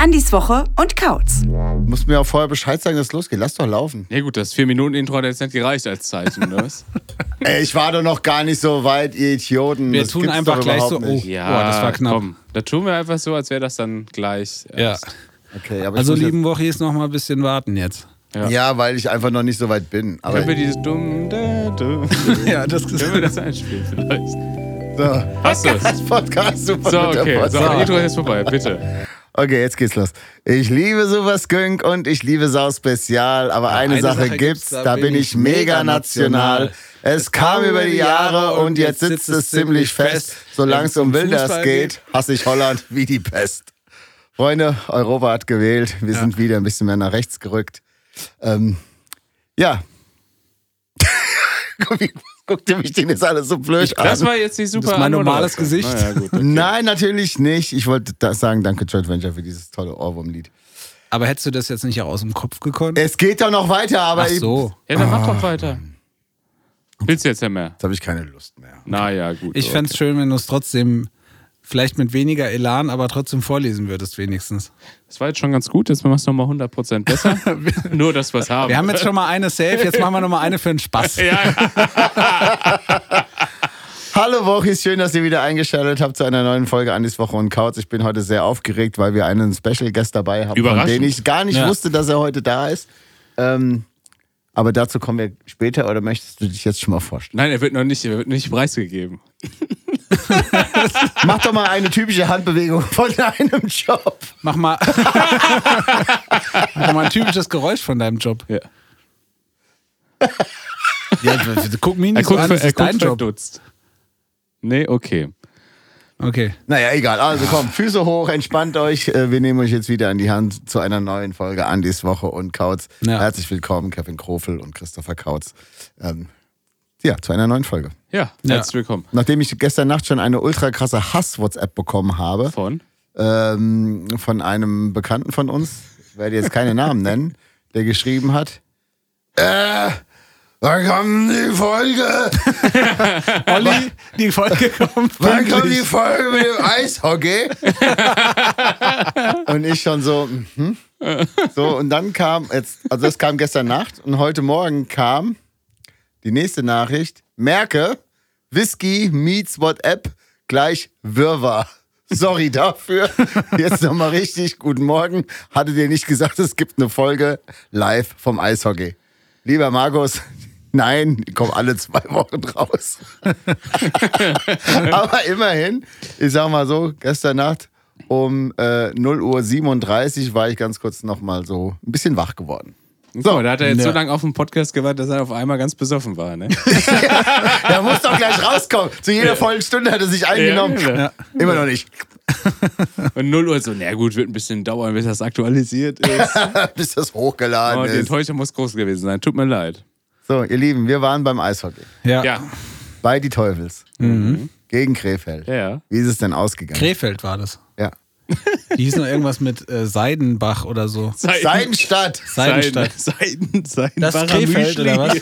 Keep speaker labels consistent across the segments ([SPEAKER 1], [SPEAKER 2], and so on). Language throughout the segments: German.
[SPEAKER 1] Andis Woche und Kauz.
[SPEAKER 2] Musst mir auch vorher Bescheid sagen, dass es losgeht. Lass doch laufen.
[SPEAKER 3] Ja gut, das 4-Minuten-Intro hat jetzt nicht gereicht als Zeichen, oder was?
[SPEAKER 2] Ey, ich war doch noch gar nicht so weit, ihr Idioten.
[SPEAKER 4] Wir
[SPEAKER 2] das
[SPEAKER 4] tun
[SPEAKER 2] gibt's
[SPEAKER 4] einfach
[SPEAKER 2] doch
[SPEAKER 4] gleich so,
[SPEAKER 2] überhaupt nicht.
[SPEAKER 4] oh. Boah, das war knapp.
[SPEAKER 3] Komm, da tun wir einfach so, als wäre das dann gleich.
[SPEAKER 4] Ja.
[SPEAKER 3] erst.
[SPEAKER 2] Okay, aber ich
[SPEAKER 4] Also
[SPEAKER 2] muss
[SPEAKER 4] lieben Wochis, noch mal ein bisschen warten jetzt.
[SPEAKER 2] Jetzt, ja, weil ich einfach noch nicht so weit bin. Aber
[SPEAKER 3] Können wir dieses dumm, da, dumm.
[SPEAKER 4] Ja, das
[SPEAKER 3] Können wir das einspielen vielleicht?
[SPEAKER 2] so.
[SPEAKER 3] Hast du es?
[SPEAKER 2] Podcast super
[SPEAKER 3] So,
[SPEAKER 2] mit der
[SPEAKER 3] okay.
[SPEAKER 2] Post.
[SPEAKER 3] So, Intro ist jetzt vorbei, bitte.
[SPEAKER 2] Okay, jetzt geht's los. Ich liebe Super Skunk und ich liebe Sau Spezial, aber eine, Sache, gibt's, da bin ich mega national. Es kam über die Jahre und jetzt sitzt es ziemlich fest. Solange es um Wilders
[SPEAKER 4] Fußball
[SPEAKER 2] geht, hasse ich Holland wie die Pest. Freunde, Europa hat gewählt. Wir sind wieder ein bisschen mehr nach rechts gerückt. Ähm, ja. Guck, wie- Guckt ihr mich denn jetzt alle so blöd an?
[SPEAKER 3] Das war jetzt die super
[SPEAKER 4] Das ist mein normales
[SPEAKER 3] Anmoderation.
[SPEAKER 4] Gesicht.
[SPEAKER 3] Na ja, gut.
[SPEAKER 2] Nein, natürlich nicht. Ich wollte da sagen, danke Joint Venture für dieses tolle Ohrwurm-Lied.
[SPEAKER 4] Aber hättest du das jetzt nicht auch aus dem Kopf gekonnt?
[SPEAKER 2] Es geht doch noch weiter, Äh, aber
[SPEAKER 4] Ach so.
[SPEAKER 3] Ja, dann
[SPEAKER 4] Ah.
[SPEAKER 3] mach doch weiter. Willst du jetzt ja mehr?
[SPEAKER 2] jetzt habe ich keine Lust mehr.
[SPEAKER 3] Naja, gut.
[SPEAKER 4] Ich fänd's schön, wenn du es trotzdem, vielleicht mit weniger Elan, aber trotzdem vorlesen würdest wenigstens.
[SPEAKER 3] Das war jetzt schon ganz gut, jetzt machen wir es nochmal 100% besser. Nur das, was haben.
[SPEAKER 4] Wir haben jetzt schon mal eine safe, jetzt machen wir noch mal eine für den Spaß.
[SPEAKER 2] Hallo Wochis, schön, dass ihr wieder eingeschaltet habt zu einer neuen Folge Andis Woche und Couch. Ich bin heute sehr aufgeregt, weil wir einen Special Guest dabei haben, von
[SPEAKER 3] Überraschend.
[SPEAKER 2] den ich gar nicht
[SPEAKER 4] Ja.
[SPEAKER 2] wusste, dass er heute da ist. Ähm, aber dazu kommen wir später oder möchtest du dich jetzt schon mal vorstellen?
[SPEAKER 3] Nein, er wird noch nicht, er wird nicht preisgegeben.
[SPEAKER 2] Mach doch mal eine typische Handbewegung von deinem Job.
[SPEAKER 4] Mach mal. Mach mal ein typisches Geräusch von deinem Job.
[SPEAKER 3] Ja.
[SPEAKER 4] guck mich
[SPEAKER 3] Er
[SPEAKER 4] nicht so
[SPEAKER 3] guckt,
[SPEAKER 4] an,
[SPEAKER 3] ver,
[SPEAKER 4] das
[SPEAKER 3] er
[SPEAKER 4] ist
[SPEAKER 3] guckt
[SPEAKER 4] dein Job.
[SPEAKER 3] verdutzt. Nee, okay.
[SPEAKER 4] Okay.
[SPEAKER 2] Naja, egal. Also komm, Füße hoch, entspannt euch. Äh, Wir nehmen euch jetzt wieder an die Hand zu einer neuen Folge Andis Woche und Kautz.
[SPEAKER 4] Ja.
[SPEAKER 2] Herzlich willkommen, Kevin Krofel und Christopher Kautz. Ähm, ja, zu einer neuen Folge.
[SPEAKER 3] Ja,
[SPEAKER 4] Ja.
[SPEAKER 3] herzlich willkommen.
[SPEAKER 2] Nachdem ich gestern Nacht schon eine ultra krasse Hass-WhatsApp bekommen habe
[SPEAKER 3] Von?
[SPEAKER 2] ähm, von einem Bekannten von uns, ich werde jetzt keine Namen nennen, der geschrieben hat, äh, wann kommt die Folge?
[SPEAKER 4] Olli, die Folge kommt.
[SPEAKER 2] Wann kommt die Folge mit dem Eishockey? und ich schon so, mhm. so und dann kam jetzt, also das kam gestern Nacht und heute Morgen kam die nächste Nachricht. Merke, Whisky meets WhatsApp gleich Wirrwarr. Sorry dafür. Jetzt nochmal richtig. Guten Morgen. Hatte dir nicht gesagt, es gibt eine Folge live vom Eishockey. Lieber Markus, nein, die kommen alle zwei Wochen raus. Aber immerhin, ich sag mal so, gestern Nacht um äh, 0 Uhr 37 war ich ganz kurz nochmal so ein bisschen wach geworden.
[SPEAKER 3] So, da hat er jetzt so
[SPEAKER 4] Ja.
[SPEAKER 3] lange auf den Podcast gewartet, dass er auf einmal ganz besoffen war. Ne?
[SPEAKER 2] Da muss doch gleich rauskommen. Zu jeder vollen Stunde hat er sich eingenommen.
[SPEAKER 3] Ja, genau. ja.
[SPEAKER 2] Immer noch nicht.
[SPEAKER 3] Und 0 Uhr so, na gut, wird ein bisschen dauern, bis das aktualisiert ist.
[SPEAKER 2] Bis das hochgeladen
[SPEAKER 3] Aber die
[SPEAKER 2] ist.
[SPEAKER 3] Enttäuschung muss groß gewesen sein. Tut mir leid.
[SPEAKER 2] So, ihr Lieben, wir waren beim Eishockey.
[SPEAKER 4] Ja.
[SPEAKER 3] Ja,
[SPEAKER 2] Bei die Teufels. Gegen Krefeld.
[SPEAKER 3] ja, Mhm. ja.
[SPEAKER 2] Wie ist es denn ausgegangen?
[SPEAKER 4] Krefeld war das.
[SPEAKER 2] ja.
[SPEAKER 4] Die hieß noch irgendwas mit äh, Seidenbach oder so.
[SPEAKER 2] Seidenstadt.
[SPEAKER 4] Seidenstadt.
[SPEAKER 3] Seiden, Seiden, Seiden,
[SPEAKER 4] Das ist Krefeld oder was?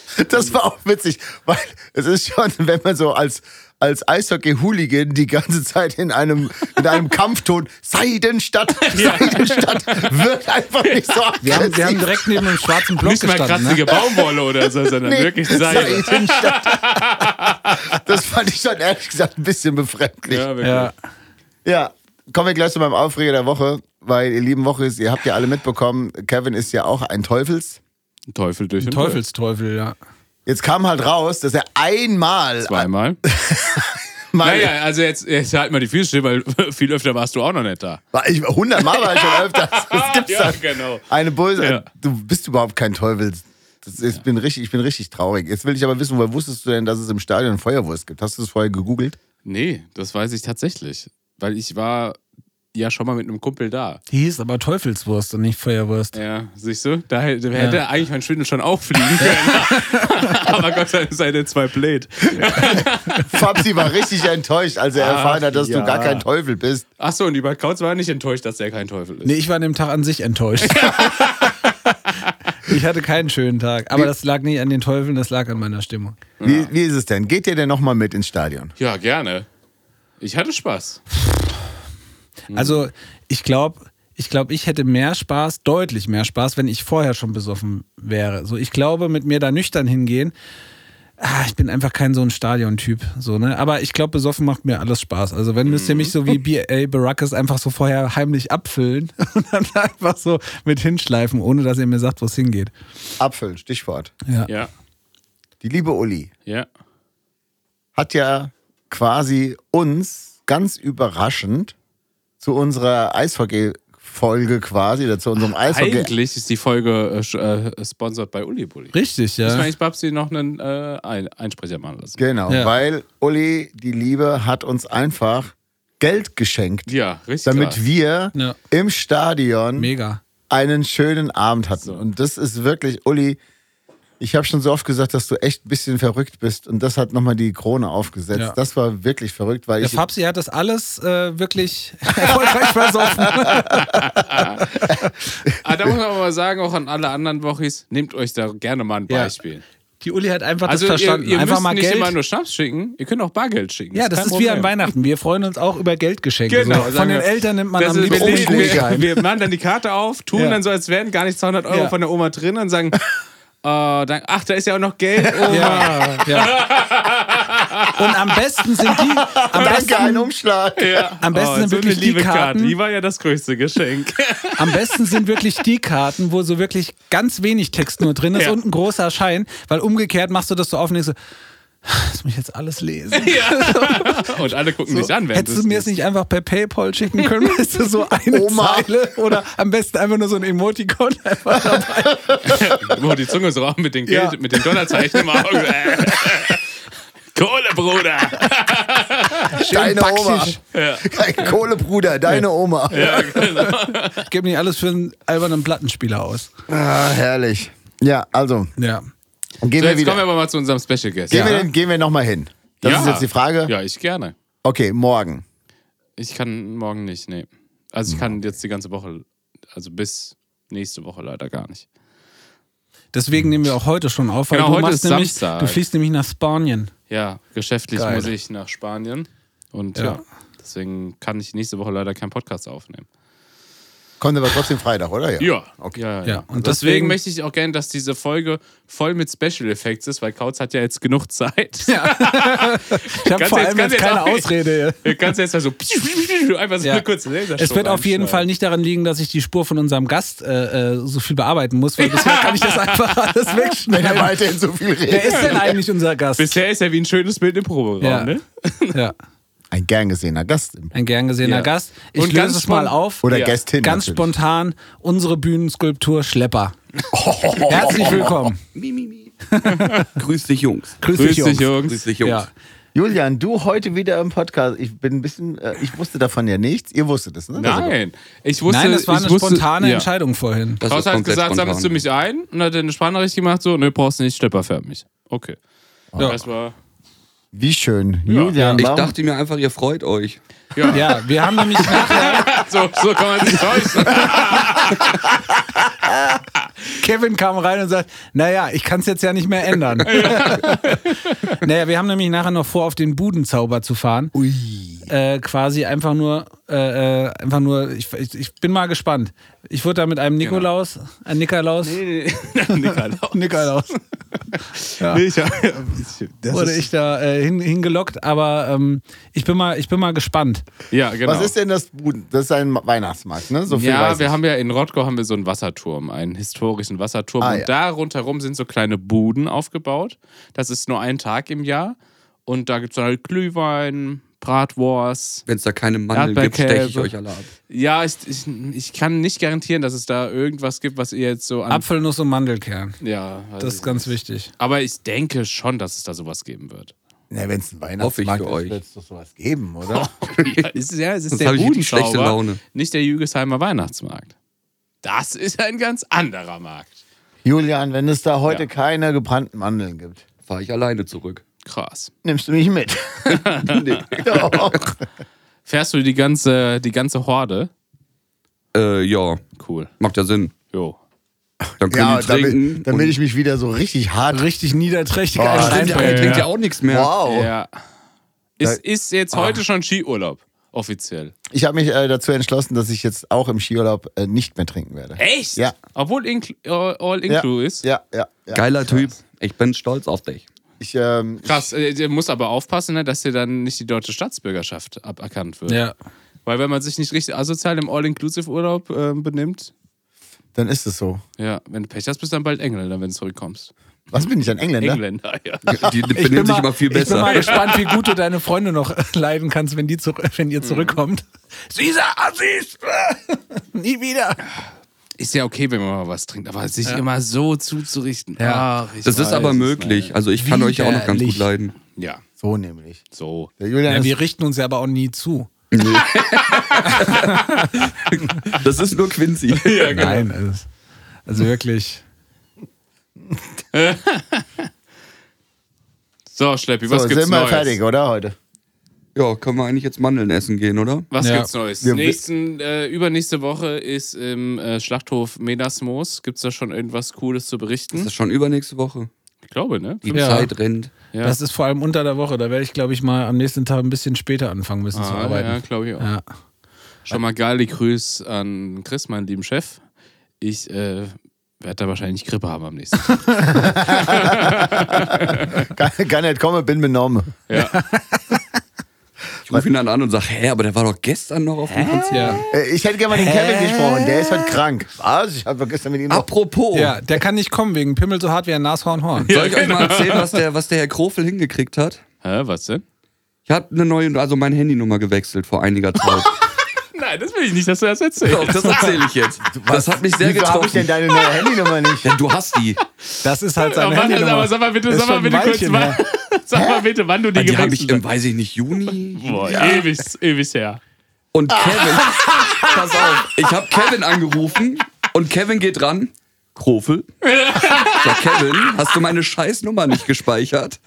[SPEAKER 2] Das war auch witzig, weil es ist schon, wenn man so als, als Eishockey-Hooligan die ganze Zeit in einem, in einem Kampfton Seidenstadt, Seidenstadt wird einfach nicht so
[SPEAKER 4] Wir haben, wir haben
[SPEAKER 2] aggressiv.
[SPEAKER 4] direkt neben einem schwarzen Block
[SPEAKER 3] Nicht mal
[SPEAKER 4] gestanden.
[SPEAKER 3] kratzige
[SPEAKER 4] Ne?
[SPEAKER 3] Baumwolle oder so, sondern
[SPEAKER 2] Nee,
[SPEAKER 3] wirklich Seiden.
[SPEAKER 2] Seidenstadt. Das fand ich schon ehrlich gesagt ein bisschen befremdlich.
[SPEAKER 3] Ja, wirklich.
[SPEAKER 4] Ja.
[SPEAKER 2] Ja, kommen wir gleich zu meinem Aufreger der Woche, weil ihr lieben Woche ist, ihr habt ja alle mitbekommen, Kevin ist ja auch ein Teufels.
[SPEAKER 3] Teufel durch den
[SPEAKER 4] Teufelsteufel, ja.
[SPEAKER 2] Jetzt kam halt raus, dass er einmal
[SPEAKER 3] Zweimal.
[SPEAKER 2] mal,
[SPEAKER 3] Naja, also jetzt, jetzt halt mal die Füße still, weil viel öfter warst du auch noch nicht da.
[SPEAKER 2] war ich 100 Mal war ich schon öfter. Das gibt's
[SPEAKER 3] Ja,
[SPEAKER 2] doch.
[SPEAKER 3] genau.
[SPEAKER 2] Eine Bullse.
[SPEAKER 3] Ja.
[SPEAKER 2] Du bist überhaupt kein Teufels. Das ist, ich, bin richtig, ich bin richtig traurig. Jetzt will ich aber wissen, woher wusstest du denn, dass es im Stadion Feuerwurst gibt? Hast du das vorher gegoogelt?
[SPEAKER 3] Nee, das weiß ich tatsächlich. Weil ich war ja schon mal mit einem Kumpel da.
[SPEAKER 4] Die hieß aber Teufelswurst und nicht Feuerwurst.
[SPEAKER 3] Ja, siehst du? Da hätte, hätte eigentlich mein Schwindel schon auffliegen können. Aber Gott sei Dank sei der zwei blöd.
[SPEAKER 2] Fabsi war richtig enttäuscht, als er erfahren hat, dass
[SPEAKER 3] ja.
[SPEAKER 2] du gar kein Teufel bist.
[SPEAKER 3] Achso, und die Bad Kautz war nicht enttäuscht, dass der kein Teufel ist.
[SPEAKER 4] Nee, ich war an dem Tag an sich enttäuscht. ich hatte keinen schönen Tag. Aber das lag nicht an den Teufeln, das lag an meiner Stimmung.
[SPEAKER 2] Wie, wie ist es denn? Geht ihr denn nochmal mit ins Stadion?
[SPEAKER 3] Ja, gerne. Ich hatte Spaß.
[SPEAKER 4] Also, ich glaube, ich glaube, ich hätte mehr Spaß, deutlich mehr Spaß, wenn ich vorher schon besoffen wäre. So, ich glaube, mit mir da nüchtern hingehen, ah, ich bin einfach kein so ein Stadiontyp, so, ne? Aber ich glaube, besoffen macht mir alles Spaß. Also, wenn müsst ihr mich so wie BA Baracus einfach so vorher heimlich abfüllen und dann einfach so mit hinschleifen, ohne dass ihr mir sagt, wo es hingeht.
[SPEAKER 2] Apfel, Stichwort.
[SPEAKER 4] Ja.
[SPEAKER 3] Ja,
[SPEAKER 2] Die liebe Uli
[SPEAKER 3] ja.
[SPEAKER 2] hat ja quasi uns ganz überraschend zu unserer Eishockey-Folge quasi, oder zu unserem Eishockey.
[SPEAKER 3] Eigentlich ist die Folge äh, sch- äh, sponsert bei Uli Bulli.
[SPEAKER 4] Richtig,
[SPEAKER 3] Müssen wir
[SPEAKER 4] ja.
[SPEAKER 3] eigentlich Babsi noch einen äh, Ein Einsprecher machen lassen?
[SPEAKER 2] Genau,
[SPEAKER 4] Ja.
[SPEAKER 2] weil Uli, die Liebe, hat uns einfach Geld geschenkt,
[SPEAKER 3] Ja, richtig.
[SPEAKER 2] damit
[SPEAKER 3] klar.
[SPEAKER 2] wir
[SPEAKER 4] Ja.
[SPEAKER 2] im Stadion
[SPEAKER 4] Mega.
[SPEAKER 2] einen schönen Abend hatten. Und das ist wirklich, Uli, ich habe schon so oft gesagt, dass du echt ein bisschen verrückt bist. Und das hat nochmal die Krone aufgesetzt.
[SPEAKER 4] Ja.
[SPEAKER 2] Das war wirklich verrückt, weil
[SPEAKER 4] Der
[SPEAKER 2] ich.
[SPEAKER 4] Fabsi hat das alles äh, wirklich erfolgreich versoffen.
[SPEAKER 3] Ah, da muss man aber mal sagen, auch an alle anderen Wochis, nehmt euch da gerne mal ein
[SPEAKER 4] Ja.
[SPEAKER 3] Beispiel.
[SPEAKER 4] Die Uli hat einfach
[SPEAKER 3] Also,
[SPEAKER 4] das
[SPEAKER 3] ihr,
[SPEAKER 4] verstanden.
[SPEAKER 3] ihr
[SPEAKER 4] einfach
[SPEAKER 3] müsst
[SPEAKER 4] mal
[SPEAKER 3] nicht
[SPEAKER 4] Geld.
[SPEAKER 3] immer nur Schnaps schicken, ihr könnt auch Bargeld schicken.
[SPEAKER 4] Ja, das
[SPEAKER 3] kein
[SPEAKER 4] ist wie an
[SPEAKER 3] Problem.
[SPEAKER 4] Weihnachten. Wir freuen uns auch über Geldgeschenke.
[SPEAKER 3] Genau.
[SPEAKER 4] so. Von
[SPEAKER 3] sagen
[SPEAKER 4] den
[SPEAKER 3] wir,
[SPEAKER 4] Eltern nimmt man
[SPEAKER 3] das ist-
[SPEAKER 4] am liebsten
[SPEAKER 3] wir,
[SPEAKER 4] einen
[SPEAKER 3] legen- wir,
[SPEAKER 4] Gutschein.
[SPEAKER 3] wir machen dann die Karte auf, tun
[SPEAKER 4] Ja.
[SPEAKER 3] dann so, als wären gar nicht 200 Euro
[SPEAKER 4] Ja.
[SPEAKER 3] von der Oma drin und sagen, äh, dann, ach, da ist ja auch noch Geld. Oma.
[SPEAKER 4] Ja, ja. Und am besten sind die, am
[SPEAKER 2] Danke, ein
[SPEAKER 4] besten,
[SPEAKER 2] Umschlag.
[SPEAKER 3] Ja.
[SPEAKER 4] Am besten
[SPEAKER 3] Oh, so
[SPEAKER 4] sind
[SPEAKER 3] eine
[SPEAKER 4] wirklich die
[SPEAKER 3] liebe Karte.
[SPEAKER 4] Karten.
[SPEAKER 3] Die war ja das größte Geschenk.
[SPEAKER 4] am besten sind wirklich die Karten, wo so wirklich ganz wenig Text nur drin ist
[SPEAKER 3] Ja.
[SPEAKER 4] und ein großer Schein, weil umgekehrt machst du das so auf und denkst so, das muss ich jetzt alles lesen.
[SPEAKER 3] Und alle gucken dich an, wenn
[SPEAKER 4] Hättest du mir es nicht einfach per Paypal schicken können, hättest du so eine
[SPEAKER 2] Oma.
[SPEAKER 4] Zeile oder am besten einfach nur so ein Emoticon einfach dabei.
[SPEAKER 3] Wo die Zunge so raum mit den
[SPEAKER 4] Ja.
[SPEAKER 3] Geld, mit den Dollarzeichen im Auge. Kohle, Bruder!
[SPEAKER 2] Deine Oma.
[SPEAKER 4] Backschisch.
[SPEAKER 2] Dein Kohlebruder, deine Oma.
[SPEAKER 4] Gib nicht alles für einen albernen Plattenspieler aus.
[SPEAKER 2] Ah, herrlich. Ja, also,
[SPEAKER 4] Ja.
[SPEAKER 2] gehen
[SPEAKER 3] So,
[SPEAKER 2] wir
[SPEAKER 3] jetzt kommen wir
[SPEAKER 2] wieder. Genau.
[SPEAKER 3] aber mal zu unserem Special Guest.
[SPEAKER 2] Gehen wir, denn- gehen wir nochmal hin. Das
[SPEAKER 3] Ja.
[SPEAKER 2] ist jetzt die Frage.
[SPEAKER 3] Ja, ich gerne.
[SPEAKER 2] Okay, morgen.
[SPEAKER 3] Ich kann morgen nicht, nee. Also ich kann jetzt die ganze Woche, also bis nächste Woche leider gar nicht.
[SPEAKER 4] Deswegen nehmen wir auch heute schon auf, weil
[SPEAKER 3] Genau,
[SPEAKER 4] du,
[SPEAKER 3] heute
[SPEAKER 4] machst
[SPEAKER 3] ist
[SPEAKER 4] nämlich,
[SPEAKER 3] Samstag.
[SPEAKER 4] du fliegst nämlich nach Spanien.
[SPEAKER 3] Ja, geschäftlich
[SPEAKER 4] Geil.
[SPEAKER 3] muss ich nach Spanien. Und ja. deswegen kann ich nächste Woche leider keinen Podcast aufnehmen.
[SPEAKER 2] Kommt aber trotzdem Freitag, oder?
[SPEAKER 3] Ja,
[SPEAKER 2] Okay.
[SPEAKER 3] ja, ja.
[SPEAKER 4] Ja,
[SPEAKER 3] Und deswegen,
[SPEAKER 4] und deswegen-
[SPEAKER 3] möchte ich auch gerne, dass diese Folge voll mit Special Effects ist, weil Kautz hat ja jetzt genug Zeit.
[SPEAKER 4] Ich habe
[SPEAKER 3] Kannst
[SPEAKER 4] vor
[SPEAKER 3] jetzt- kannst
[SPEAKER 4] allem jetzt,
[SPEAKER 3] jetzt
[SPEAKER 4] keine
[SPEAKER 3] auch nicht-
[SPEAKER 4] Ausrede.
[SPEAKER 3] Du kannst jetzt mal so einfach so
[SPEAKER 4] Ja.
[SPEAKER 3] eine kurze Lasershow
[SPEAKER 4] Es wird auf jeden Fall
[SPEAKER 3] reinschneiden.
[SPEAKER 4] nicht daran liegen, dass ich die Spur von unserem Gast äh, äh, so viel bearbeiten muss, weil bisher kann ich das einfach alles
[SPEAKER 2] Wenn er
[SPEAKER 4] wegschneiden.
[SPEAKER 2] weiterhin so viel redet.
[SPEAKER 4] Wer ist denn eigentlich unser Gast?
[SPEAKER 3] Bisher ist ja wie ein schönes Bild im Proberaum,
[SPEAKER 4] Ja.
[SPEAKER 3] ne?
[SPEAKER 4] Ja,
[SPEAKER 2] Ein gern gesehener Gast.
[SPEAKER 4] ein gern gesehener
[SPEAKER 3] Ja.
[SPEAKER 4] Gast. Ich
[SPEAKER 3] Und ganz
[SPEAKER 4] löse es mal
[SPEAKER 3] spon-
[SPEAKER 4] auf.
[SPEAKER 2] Oder
[SPEAKER 3] Ja.
[SPEAKER 2] Gästin.
[SPEAKER 4] ganz
[SPEAKER 2] natürlich.
[SPEAKER 4] spontan unsere Bühnenskulptur Schlepper. Herzlich willkommen.
[SPEAKER 5] Grüß dich, Jungs.
[SPEAKER 4] Grüß,
[SPEAKER 3] Grüß
[SPEAKER 4] dich, Jungs.
[SPEAKER 3] dich, Jungs.
[SPEAKER 5] Grüß dich, Jungs.
[SPEAKER 4] Ja.
[SPEAKER 2] Julian, du heute wieder im Podcast. Ich bin ein bisschen, äh, ich wusste davon ja nichts. Ihr wusstet es, ne?
[SPEAKER 3] Nein, ich wusste,
[SPEAKER 4] Nein, das war
[SPEAKER 3] ich
[SPEAKER 4] eine
[SPEAKER 3] wusste,
[SPEAKER 4] spontane
[SPEAKER 3] ja.
[SPEAKER 4] Entscheidung vorhin.
[SPEAKER 2] Also
[SPEAKER 5] Das
[SPEAKER 3] Klaus
[SPEAKER 5] ist
[SPEAKER 3] hat
[SPEAKER 5] komplett
[SPEAKER 3] gesagt,
[SPEAKER 5] spontan.
[SPEAKER 3] sammelst du mich ein? Und hat eine Sprachnachricht gemacht, so, ne, brauchst du nicht, Stöpper fährt mich. Okay.
[SPEAKER 4] Ja.
[SPEAKER 3] Das war,
[SPEAKER 2] Wie schön. Julian,
[SPEAKER 5] Ich
[SPEAKER 2] warum?
[SPEAKER 5] dachte mir einfach, ihr freut euch.
[SPEAKER 3] ja.
[SPEAKER 4] Ja, wir haben nämlich
[SPEAKER 3] So, so kann man sich täuschen.
[SPEAKER 4] Kevin kam rein und sagt, naja, ich kann es jetzt ja nicht mehr ändern. naja, wir haben nämlich nachher noch vor, auf den Budenzauber zu fahren. Ui. Äh, quasi einfach nur, äh, äh, einfach nur, ich, ich, ich bin mal gespannt. Ich wurde da mit einem Nikolaus, ein Nikolaus,
[SPEAKER 3] Nikolaus.
[SPEAKER 4] Nikolaus,
[SPEAKER 3] Nee, ich, das
[SPEAKER 4] wurde
[SPEAKER 3] ist,
[SPEAKER 4] ich da äh, hin, hingelockt, aber ähm, ich, bin mal, ich bin mal gespannt.
[SPEAKER 3] ja, genau.
[SPEAKER 2] Was ist denn das Buden? Das ist ein Weihnachtsmarkt, ne? So viel
[SPEAKER 3] ja,
[SPEAKER 2] weiß
[SPEAKER 3] wir
[SPEAKER 2] ich.
[SPEAKER 3] haben ja in Rottgau haben wir so einen Wasserturm, einen historischen Wasserturm.
[SPEAKER 2] Ah,
[SPEAKER 3] und
[SPEAKER 2] ja.
[SPEAKER 3] da rundherum sind so kleine Buden aufgebaut. Das ist nur ein Tag im Jahr. Und da gibt es dann halt Glühwein, Bratwurst.
[SPEAKER 5] Wenn es da keine Mandeln gibt,
[SPEAKER 3] Erdbeerkäse.
[SPEAKER 5] steche ich euch alle ab.
[SPEAKER 3] Ja, ich, ich, ich kann nicht garantieren, dass es da irgendwas gibt, was ihr jetzt so an.
[SPEAKER 4] Apfelnuss und Mandelkern,
[SPEAKER 3] ja, weiß
[SPEAKER 4] das
[SPEAKER 3] ich
[SPEAKER 4] ist ganz
[SPEAKER 3] nicht.
[SPEAKER 4] wichtig.
[SPEAKER 3] Aber ich denke schon, dass es da sowas geben wird.
[SPEAKER 2] Na, wenn es ein
[SPEAKER 5] Hoffe ich
[SPEAKER 2] Weihnachtsmarkt
[SPEAKER 5] für
[SPEAKER 2] ist,
[SPEAKER 5] euch.
[SPEAKER 2] wird es doch sowas geben, oder?
[SPEAKER 3] Ja, es ist, ja, es ist
[SPEAKER 5] Sonst
[SPEAKER 3] der
[SPEAKER 5] hab ich richtig schlechte
[SPEAKER 3] Budenzauber,
[SPEAKER 5] Laune.
[SPEAKER 3] nicht der Jügesheimer Weihnachtsmarkt. Das ist ein ganz anderer Markt.
[SPEAKER 2] Julian, wenn es da heute
[SPEAKER 3] Ja.
[SPEAKER 2] keine gebrannten Mandeln gibt,
[SPEAKER 5] Fahre ich alleine zurück.
[SPEAKER 3] Krass.
[SPEAKER 2] nimmst du mich mit.
[SPEAKER 5] nee.
[SPEAKER 2] Doch.
[SPEAKER 3] Fährst du die ganze, die ganze Horde?
[SPEAKER 5] äh, ja,
[SPEAKER 3] Cool.
[SPEAKER 5] macht ja Sinn.
[SPEAKER 3] Jo.
[SPEAKER 5] Dann können
[SPEAKER 2] ja,
[SPEAKER 5] die trinken.
[SPEAKER 2] damit, damit ich mich wieder so richtig hart.
[SPEAKER 4] Richtig niederträchtig.
[SPEAKER 2] Boah,
[SPEAKER 4] einen
[SPEAKER 5] Stimmt, der
[SPEAKER 4] reinbringen.
[SPEAKER 5] eine
[SPEAKER 3] Ja.
[SPEAKER 5] trinkt ja auch nichts mehr.
[SPEAKER 2] Wow.
[SPEAKER 3] Ja. Es ist jetzt heute schon Skiurlaub. Offiziell.
[SPEAKER 2] Ich habe mich äh, dazu entschlossen, dass ich jetzt auch im Skiurlaub äh, nicht mehr trinken werde.
[SPEAKER 3] Echt?
[SPEAKER 2] Ja.
[SPEAKER 3] Obwohl inkl- all all
[SPEAKER 2] Ja,
[SPEAKER 3] inclu ist.
[SPEAKER 2] ja, ja, ja.
[SPEAKER 5] Geiler Typ. Ich bin stolz auf dich.
[SPEAKER 2] Ich, ähm,
[SPEAKER 3] Krass, äh, ihr muss aber aufpassen, ne, dass dir dann nicht die deutsche Staatsbürgerschaft aberkannt wird.
[SPEAKER 4] Ja.
[SPEAKER 3] Weil wenn man sich nicht richtig asozial im All-Inclusive-Urlaub ähm, benimmt,
[SPEAKER 2] dann ist es so.
[SPEAKER 3] ja, wenn du Pech hast, bist du dann bald Engländer, wenn du zurückkommst.
[SPEAKER 2] Was bin ich, ein Engländer?
[SPEAKER 3] Engländer, ja.
[SPEAKER 5] Die
[SPEAKER 4] Ich bin,
[SPEAKER 5] benehmen sich
[SPEAKER 4] mal,
[SPEAKER 5] immer viel
[SPEAKER 4] ich bin
[SPEAKER 5] besser.
[SPEAKER 4] mal gespannt, wie gut du deine Freunde noch äh, leiden kannst, wenn, die zur, wenn
[SPEAKER 3] Mhm.
[SPEAKER 4] ihr zurückkommt. Sisa, Assis! Nie wieder!
[SPEAKER 3] Ist ja okay, wenn man mal was trinkt, aber sich immer so zuzurichten.
[SPEAKER 4] Ja.
[SPEAKER 3] Ach, ich
[SPEAKER 5] Das
[SPEAKER 3] weiß
[SPEAKER 5] ist aber
[SPEAKER 3] es
[SPEAKER 5] möglich. Also ich kann euch ja auch noch ganz gut
[SPEAKER 4] Widerlich.
[SPEAKER 5] leiden.
[SPEAKER 3] nicht. Ja,
[SPEAKER 2] So nämlich.
[SPEAKER 3] so.
[SPEAKER 2] Der Julian
[SPEAKER 4] Ja,
[SPEAKER 2] ist
[SPEAKER 4] wir richten uns ja aber auch nie zu.
[SPEAKER 5] Das ist nur Quincy.
[SPEAKER 3] genau.
[SPEAKER 4] Nein, also, also wirklich.
[SPEAKER 3] So, Schleppi,
[SPEAKER 2] so,
[SPEAKER 3] was gibt's
[SPEAKER 2] sind wir
[SPEAKER 3] Neues?
[SPEAKER 2] fertig, oder heute?
[SPEAKER 5] Ja, können wir eigentlich jetzt Mandeln essen gehen, oder?
[SPEAKER 3] Was
[SPEAKER 4] Ja.
[SPEAKER 3] gibt's Neues?
[SPEAKER 2] Wir-
[SPEAKER 3] Nächsten, äh, übernächste Woche ist im äh, Schlachthof Menasmos. Gibt's da schon irgendwas Cooles zu
[SPEAKER 5] Ist
[SPEAKER 3] berichten?
[SPEAKER 5] das schon übernächste Woche?
[SPEAKER 3] Ich glaube, ne?
[SPEAKER 5] Die
[SPEAKER 4] Ja.
[SPEAKER 5] Zeit rennt.
[SPEAKER 3] Ja.
[SPEAKER 4] Das ist vor allem unter der Woche. Da werde ich, glaube ich, mal am nächsten Tag ein bisschen später anfangen müssen zu
[SPEAKER 3] Ah, ja,
[SPEAKER 4] arbeiten.
[SPEAKER 3] glaube ich auch.
[SPEAKER 4] Ja.
[SPEAKER 3] Schon mal geile Grüß an Chris, meinen lieben Chef. Ich äh, werde da wahrscheinlich Grippe haben am nächsten Tag.
[SPEAKER 2] Kann, kann nicht kommen, bin benommen.
[SPEAKER 5] Ich rufe ihn dann an und sage, hä, aber der war doch gestern noch auf dem Konzert.
[SPEAKER 4] Ja.
[SPEAKER 2] Äh, ich hätte gerne mal den Kevin gesprochen, der ist heute krank. Was? Ich habe gestern mit ihm noch...
[SPEAKER 5] Apropos,
[SPEAKER 4] ja, der kann nicht kommen wegen Pimmel so hart wie ein Nashornhorn.
[SPEAKER 5] soll ich euch mal erzählen, was der, was der Herr Krofel hingekriegt hat?
[SPEAKER 3] Hä, was denn?
[SPEAKER 5] Ich habe eine neue, also meine Handynummer gewechselt vor einiger Zeit.
[SPEAKER 3] Nein, das will ich nicht, dass du das erzählst.
[SPEAKER 5] Doch, das erzähle ich jetzt. Das hat mich sehr
[SPEAKER 2] Wieso habe ich denn deine
[SPEAKER 5] getroffen.
[SPEAKER 2] neue Handynummer nicht?
[SPEAKER 5] Denn du hast die.
[SPEAKER 4] Das ist halt sein
[SPEAKER 3] Aber Oh, warte, sag mal,
[SPEAKER 4] Handynummer.
[SPEAKER 3] sag mal bitte,
[SPEAKER 4] Ist
[SPEAKER 3] sag mal
[SPEAKER 4] schon
[SPEAKER 3] bitte
[SPEAKER 4] ein
[SPEAKER 3] kurz,
[SPEAKER 4] Weilchen
[SPEAKER 3] wann,
[SPEAKER 4] her.
[SPEAKER 3] sag mal bitte, wann du die
[SPEAKER 5] Ah, Die habe ich
[SPEAKER 3] gewechselt
[SPEAKER 5] im,
[SPEAKER 3] hast.
[SPEAKER 5] weiß ich nicht, Juni.
[SPEAKER 3] Boah, ewig, ewig her.
[SPEAKER 5] Und Kevin, pass auf, ich habe Kevin angerufen und Kevin geht ran. Krofel. Ja, Kevin, hast du meine Scheißnummer nicht gespeichert?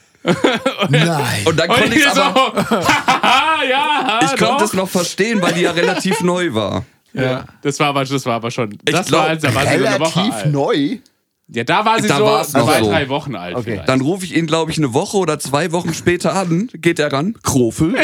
[SPEAKER 2] Nein.
[SPEAKER 5] Und dann konnte ich aber,
[SPEAKER 3] Haha, ja,
[SPEAKER 5] ich konnte
[SPEAKER 3] Ah, doch.
[SPEAKER 5] es noch verstehen, weil die ja relativ neu war.
[SPEAKER 3] Ja. Das war aber, das war aber schon. Das
[SPEAKER 5] glaub,
[SPEAKER 3] war, als da war sie eine Woche
[SPEAKER 2] Relativ
[SPEAKER 3] alt.
[SPEAKER 2] neu.
[SPEAKER 3] Ja, da war sie
[SPEAKER 5] Da
[SPEAKER 3] so
[SPEAKER 5] war's noch
[SPEAKER 3] zwei,
[SPEAKER 5] so.
[SPEAKER 3] drei Wochen alt.
[SPEAKER 2] Okay.
[SPEAKER 3] vielleicht.
[SPEAKER 5] Dann rufe ich ihn, glaube ich, eine Woche oder zwei Wochen später an. Geht er ran? Krofel.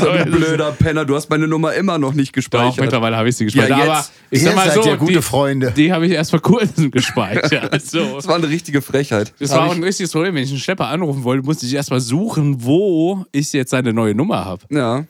[SPEAKER 5] so ein blöder Penner, du hast meine Nummer immer noch nicht
[SPEAKER 3] Doch,
[SPEAKER 5] gespeichert.
[SPEAKER 3] mittlerweile habe ich sie gespeichert.
[SPEAKER 5] Ja, jetzt.
[SPEAKER 3] aber ich
[SPEAKER 2] Ihr
[SPEAKER 3] sag mal
[SPEAKER 2] seid
[SPEAKER 3] so,
[SPEAKER 2] ja gute
[SPEAKER 3] die,
[SPEAKER 2] Freunde.
[SPEAKER 3] die habe ich erst vor kurzem gespeichert. So.
[SPEAKER 5] das war eine richtige Frechheit.
[SPEAKER 3] Das
[SPEAKER 5] Hab
[SPEAKER 3] war auch
[SPEAKER 5] ich-
[SPEAKER 3] ein richtiges Problem. Wenn ich einen Schlepper anrufen wollte, musste ich erstmal suchen, wo ich jetzt seine neue Nummer habe.
[SPEAKER 5] ja,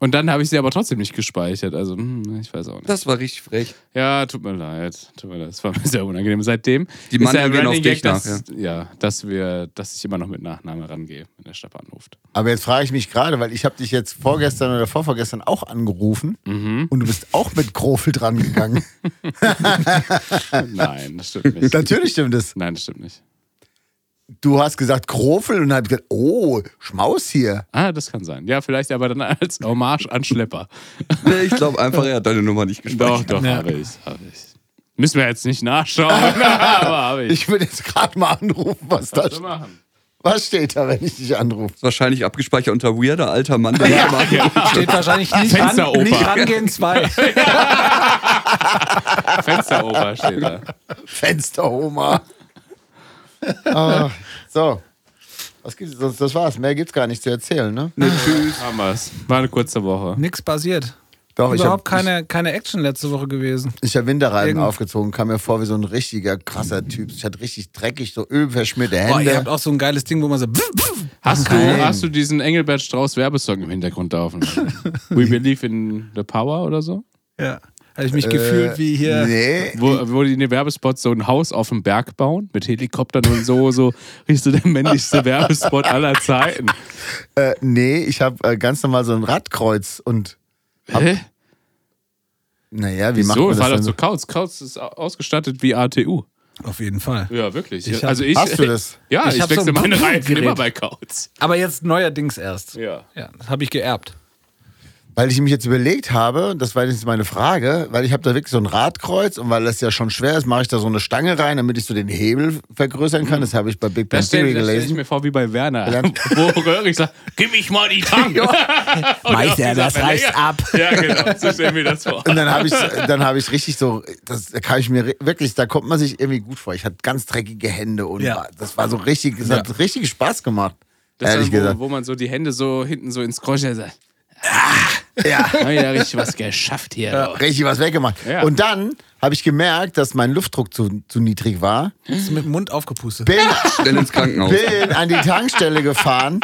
[SPEAKER 3] Und dann habe ich sie aber trotzdem nicht gespeichert. Also, hm, ich weiß auch nicht.
[SPEAKER 5] das war richtig frech.
[SPEAKER 3] Ja, tut mir leid. Tut mir leid. Das war mir sehr unangenehm. Seitdem
[SPEAKER 5] Die
[SPEAKER 3] ist
[SPEAKER 5] Mandeln
[SPEAKER 3] der
[SPEAKER 5] gehen auf
[SPEAKER 3] Running Gag,
[SPEAKER 5] dich nach,
[SPEAKER 3] dass, ja. dass wir, dass ich immer noch mit Nachname rangehe, wenn der Schlepper anruft.
[SPEAKER 2] Aber jetzt frage ich mich gerade, weil ich habe dich jetzt vorgestern oder vorvorgestern auch angerufen
[SPEAKER 3] Mhm.
[SPEAKER 2] und du bist auch mit Krofel dran gegangen.
[SPEAKER 3] Nein, das stimmt nicht.
[SPEAKER 2] Natürlich stimmt das.
[SPEAKER 3] Nein, das stimmt nicht.
[SPEAKER 2] Du hast gesagt Krofel und hab gesagt, oh, Schmaus hier.
[SPEAKER 3] Ah, das kann sein. Ja, vielleicht aber dann als Hommage an Schlepper.
[SPEAKER 5] Nee, ich glaube einfach, er hat deine Nummer nicht
[SPEAKER 3] Doch,
[SPEAKER 5] gespeichert.
[SPEAKER 3] doch, habe ich, habe ich. Müssen wir jetzt nicht nachschauen, aber habe ich.
[SPEAKER 2] Ich würde jetzt gerade mal anrufen, was da
[SPEAKER 3] Was wir machen.
[SPEAKER 2] was steht da, wenn ich dich anrufe.
[SPEAKER 5] Wahrscheinlich abgespeichert unter weirder alter Mann. Der ja,
[SPEAKER 4] Steht wahrscheinlich nicht, ran,
[SPEAKER 3] Fensteroper.
[SPEAKER 4] nicht rangehen zwei.
[SPEAKER 3] Fensteroper steht da.
[SPEAKER 2] Fensteroma. ah, so. Was gibt's, das, das war's. Mehr gibt's gar nicht zu erzählen, ne?
[SPEAKER 3] Haben wir's. War eine kurze Woche.
[SPEAKER 4] Nix passiert.
[SPEAKER 2] Doch, ich
[SPEAKER 4] Überhaupt
[SPEAKER 2] habe
[SPEAKER 4] keine, keine Action letzte Woche gewesen.
[SPEAKER 2] ich hab Winterreifen
[SPEAKER 4] Irgend-
[SPEAKER 2] aufgezogen, kam mir vor wie so ein richtiger krasser Typ. Ich hatte richtig dreckig, so ölverschmierte
[SPEAKER 4] Boah, ihr
[SPEAKER 2] Hände.
[SPEAKER 4] habt auch so ein geiles Ding, wo man so.
[SPEAKER 3] Hast
[SPEAKER 2] Nein.
[SPEAKER 3] du, hast du diesen Engelbert Strauß Werbesong im Hintergrund laufen? We believe in the power oder so?
[SPEAKER 4] Ja. Habe ich mich gefühlt wie hier.
[SPEAKER 2] Äh, Nee.
[SPEAKER 3] Wo, wo die in den Werbespots so ein Haus auf dem Berg bauen mit Helikoptern und so, so riechst du der männlichste Werbespot aller Zeiten.
[SPEAKER 2] Äh, nee, ich habe äh, ganz normal so ein Radkreuz und
[SPEAKER 3] Hä?
[SPEAKER 2] naja, wie macht
[SPEAKER 3] Wieso?
[SPEAKER 2] man
[SPEAKER 3] Fahr
[SPEAKER 2] das
[SPEAKER 3] doch
[SPEAKER 4] halt
[SPEAKER 2] denn?
[SPEAKER 3] zu Kautz. Kautz ist au- ausgestattet wie ATU.
[SPEAKER 4] Auf jeden Fall.
[SPEAKER 3] Ja, wirklich.
[SPEAKER 4] Ich hab-
[SPEAKER 3] also ich,
[SPEAKER 2] Hast du das?
[SPEAKER 3] Ja,
[SPEAKER 4] Ich
[SPEAKER 3] ich,
[SPEAKER 4] hab so
[SPEAKER 3] wechsle
[SPEAKER 4] ein
[SPEAKER 3] meine Reifen
[SPEAKER 4] Gerät.
[SPEAKER 3] immer bei Kauz.
[SPEAKER 4] Aber jetzt neuerdings erst.
[SPEAKER 3] Ja.
[SPEAKER 4] Ja, das habe ich geerbt.
[SPEAKER 2] Weil ich mich jetzt überlegt habe, das war jetzt meine Frage, weil ich habe da wirklich so ein Radkreuz und weil das ja schon schwer ist, mache ich da so eine Stange rein, damit ich so den Hebel vergrößern kann. Das habe ich bei Big Bang
[SPEAKER 3] Mhm. Das stelle
[SPEAKER 2] Theory
[SPEAKER 3] das stell ich
[SPEAKER 2] gelesen.
[SPEAKER 3] mir vor wie bei Werner.
[SPEAKER 2] Gelernt.
[SPEAKER 3] Wo Röhrig sagt, gib mich mal die Tank.
[SPEAKER 4] Meister, das reißt ab.
[SPEAKER 3] Ja, genau, so stellen wir das vor.
[SPEAKER 2] Und dann habe ich, dann habe ich richtig so, das da kann ich mir ri- wirklich, da kommt man sich irgendwie gut vor. Ich hatte ganz dreckige Hände und
[SPEAKER 4] Ja.
[SPEAKER 2] war, das war so richtig, das hat richtig Spaß gemacht.
[SPEAKER 3] Das ist
[SPEAKER 2] ehrlich
[SPEAKER 3] dann,
[SPEAKER 2] gesagt.
[SPEAKER 3] wo, wo man so die Hände so hinten so ins Kreuz stellt, sagt,
[SPEAKER 2] Ja.
[SPEAKER 3] hab ich da richtig was geschafft hier. Ja.
[SPEAKER 2] Richtig was weggemacht.
[SPEAKER 3] Ja.
[SPEAKER 2] Und dann habe ich gemerkt, dass mein Luftdruck zu, zu niedrig war.
[SPEAKER 4] Ist mit dem Mund aufgepustet.
[SPEAKER 2] Bin,
[SPEAKER 5] Schnell ins Krankenhaus.
[SPEAKER 2] bin an die Tankstelle gefahren.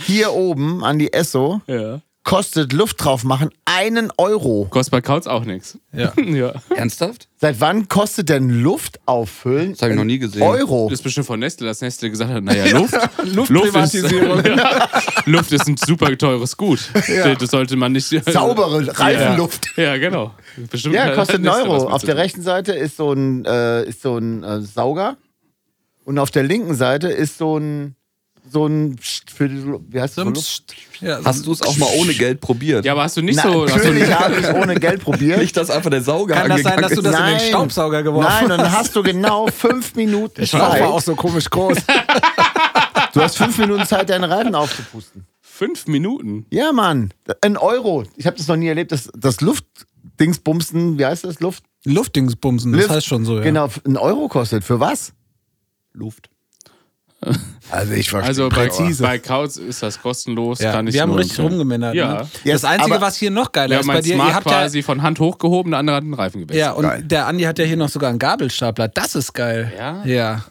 [SPEAKER 2] Hier oben an die Esso.
[SPEAKER 3] Ja.
[SPEAKER 2] Kostet Luft drauf machen einen Euro.
[SPEAKER 3] Kostet bei Kauz auch nichts.
[SPEAKER 4] Ja.
[SPEAKER 3] ja.
[SPEAKER 5] Ernsthaft?
[SPEAKER 2] Seit wann kostet denn Luft auffüllen?
[SPEAKER 5] hab ich noch
[SPEAKER 2] einen
[SPEAKER 5] nie gesehen.
[SPEAKER 2] Euro.
[SPEAKER 3] Das ist bestimmt von Nestle, dass Nestle gesagt hat, naja, Luft, Luft,
[SPEAKER 4] Luftprivatisierung.
[SPEAKER 3] Ist, Luft ist ein super teures Gut. Das sollte man nicht...
[SPEAKER 2] Saubere Reifenluft.
[SPEAKER 3] Ja, genau. Bestimmt
[SPEAKER 2] Ja,
[SPEAKER 3] hat
[SPEAKER 2] kostet einen
[SPEAKER 3] Nestle was
[SPEAKER 2] Euro.
[SPEAKER 3] mit
[SPEAKER 2] Auf
[SPEAKER 3] zu
[SPEAKER 2] der
[SPEAKER 3] tun.
[SPEAKER 2] rechten Seite ist so ein, äh, ist so ein äh, Sauger. Und auf der linken Seite ist so ein. So ein. Psst Für die, Lu- wie heißt das?
[SPEAKER 4] Psst. Ja, so-
[SPEAKER 5] Hast du es auch mal ohne Geld probiert?
[SPEAKER 3] Ja, aber hast du nicht
[SPEAKER 2] Na,
[SPEAKER 3] so... hast du
[SPEAKER 2] natürlich habe ich ohne Geld probiert.
[SPEAKER 5] Nicht, dass einfach der Sauger
[SPEAKER 4] Kann das sein,
[SPEAKER 5] angegangen
[SPEAKER 4] dass du
[SPEAKER 5] ist.
[SPEAKER 4] das in den Staubsauger geworfen
[SPEAKER 2] Nein, dann hast du genau fünf Minuten
[SPEAKER 4] Der Schlauch
[SPEAKER 2] Zeit.
[SPEAKER 4] war auch so komisch groß.
[SPEAKER 2] Du hast fünf Minuten Zeit, deine Reifen aufzupusten.
[SPEAKER 3] fünf Minuten.
[SPEAKER 2] Ja, Mann. Ein Euro. Ich habe das noch nie erlebt. Das, das Luftdingsbumsen, wie heißt das? Luft?
[SPEAKER 4] Luftdingsbumsen, das
[SPEAKER 2] Luft-
[SPEAKER 4] heißt schon so, ja.
[SPEAKER 2] Genau, ein Euro kostet. Für was?
[SPEAKER 5] Luft.
[SPEAKER 2] Also ich verstehe.
[SPEAKER 3] Also bei,
[SPEAKER 2] Präzise.
[SPEAKER 3] bei Kauz ist das kostenlos.
[SPEAKER 4] Ja,
[SPEAKER 3] kann ich
[SPEAKER 4] wir haben
[SPEAKER 3] nur
[SPEAKER 4] richtig
[SPEAKER 3] empfehlen.
[SPEAKER 4] rumgemännert.
[SPEAKER 3] Ja.
[SPEAKER 4] Ne?
[SPEAKER 2] Jetzt,
[SPEAKER 4] das Einzige,
[SPEAKER 2] aber-
[SPEAKER 4] was hier noch geiler
[SPEAKER 3] Ja,
[SPEAKER 4] ist bei
[SPEAKER 3] mein
[SPEAKER 4] dir,
[SPEAKER 3] Smart
[SPEAKER 4] ihr habt ja,
[SPEAKER 3] quasi von Hand hochgehoben, der andere hat einen Reifen gewechselt.
[SPEAKER 4] ja und
[SPEAKER 2] Geil.
[SPEAKER 4] der Andi hat ja hier noch sogar einen Gabelstapler. Das ist geil.
[SPEAKER 3] Ja?
[SPEAKER 4] Ja.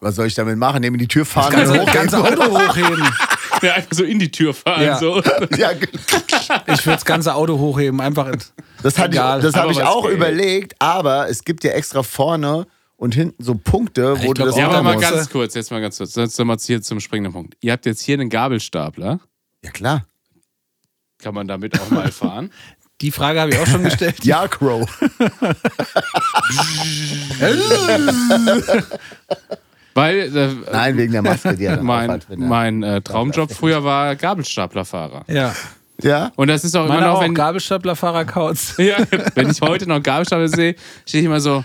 [SPEAKER 2] Was soll ich damit machen? Nehmen die Tür fahren
[SPEAKER 4] Also
[SPEAKER 2] und
[SPEAKER 4] das ganze
[SPEAKER 2] hochgehen?
[SPEAKER 4] Auto hochheben.
[SPEAKER 3] Ja, einfach so in die Tür fahren.
[SPEAKER 4] Ja.
[SPEAKER 3] So.
[SPEAKER 2] Ja, genau.
[SPEAKER 4] Ich würde das ganze Auto hochheben, einfach. ins-
[SPEAKER 2] Das, hatte ich,
[SPEAKER 4] Egal.
[SPEAKER 2] das habe
[SPEAKER 3] Aber
[SPEAKER 2] ich
[SPEAKER 3] was
[SPEAKER 2] auch
[SPEAKER 3] geht.
[SPEAKER 2] überlegt, aber es gibt ja extra vorne und hinten so Punkte, wo
[SPEAKER 4] Ich
[SPEAKER 2] du
[SPEAKER 4] glaub
[SPEAKER 2] das
[SPEAKER 4] auch,
[SPEAKER 3] Ja, aber
[SPEAKER 2] machen
[SPEAKER 3] mal
[SPEAKER 2] musst.
[SPEAKER 3] ganz kurz, jetzt mal ganz kurz. Jetzt nochmal hier zum springenden Punkt. Ihr habt jetzt hier einen Gabelstapler.
[SPEAKER 2] Ja, klar.
[SPEAKER 3] Kann man damit auch mal fahren?
[SPEAKER 4] Die Frage habe ich auch schon gestellt.
[SPEAKER 2] Ja, Crow.
[SPEAKER 3] Weil äh,
[SPEAKER 2] Nein, wegen der Maske, die er dann
[SPEAKER 3] mein,
[SPEAKER 2] aufhat, wenn er-
[SPEAKER 3] mein äh, Traumjob früher war Gabelstaplerfahrer.
[SPEAKER 4] ja.
[SPEAKER 2] Ja?
[SPEAKER 3] Und das ist auch immer
[SPEAKER 4] Meiner
[SPEAKER 3] noch,
[SPEAKER 4] auch,
[SPEAKER 3] wenn,
[SPEAKER 4] Gabelstaplerfahrer Kauz.
[SPEAKER 3] ja, wenn ich heute noch einen Gabelstapler sehe, stehe ich immer so,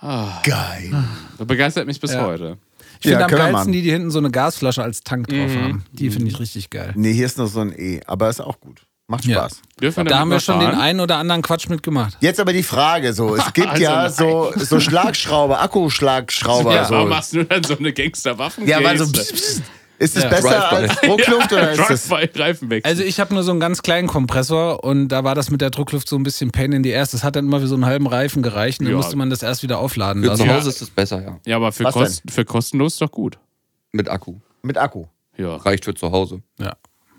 [SPEAKER 2] Geil.
[SPEAKER 3] das begeistert mich bis
[SPEAKER 4] Ja.
[SPEAKER 3] heute.
[SPEAKER 4] Ich finde
[SPEAKER 2] Ja,
[SPEAKER 4] am
[SPEAKER 2] können wir machen.
[SPEAKER 4] geilsten die, die hinten so eine Gasflasche als Tank drauf haben. Die finde ich richtig geil.
[SPEAKER 2] Nee, hier ist nur so ein E, aber ist auch gut. Macht
[SPEAKER 4] Ja.
[SPEAKER 2] Spaß.
[SPEAKER 3] Dürfen
[SPEAKER 4] Da
[SPEAKER 3] damit
[SPEAKER 4] haben wir
[SPEAKER 3] mal
[SPEAKER 4] schon den
[SPEAKER 3] fahren?
[SPEAKER 4] einen oder anderen Quatsch mitgemacht.
[SPEAKER 2] Jetzt aber die Frage so, es gibt
[SPEAKER 3] Also
[SPEAKER 2] ja
[SPEAKER 3] nein.
[SPEAKER 2] so, so Schlagschrauber, Akkuschlagschrauber.
[SPEAKER 3] Ja, warum
[SPEAKER 2] so.
[SPEAKER 3] machst du dann so eine Gangsterwaffen?
[SPEAKER 2] ja also, weil so pss, pss, ist es besser
[SPEAKER 5] Drive-by.
[SPEAKER 2] als Druckluft oder ist es
[SPEAKER 3] Reifen weg.
[SPEAKER 4] Also ich habe nur so einen ganz kleinen Kompressor und da war das mit der Druckluft so ein bisschen Pain in the Ass. Das hat dann immer für so einen halben Reifen gereicht und dann
[SPEAKER 3] Ja.
[SPEAKER 4] musste man das erst wieder aufladen
[SPEAKER 5] Für
[SPEAKER 4] lassen.
[SPEAKER 5] zu
[SPEAKER 3] Ja.
[SPEAKER 5] Hause ist es besser, ja.
[SPEAKER 3] ja, aber für,
[SPEAKER 2] Was
[SPEAKER 3] kost, für kostenlos doch gut.
[SPEAKER 5] Mit Akku.
[SPEAKER 2] mit Akku?
[SPEAKER 3] Ja.
[SPEAKER 5] Reicht für zu Hause.
[SPEAKER 4] Ja.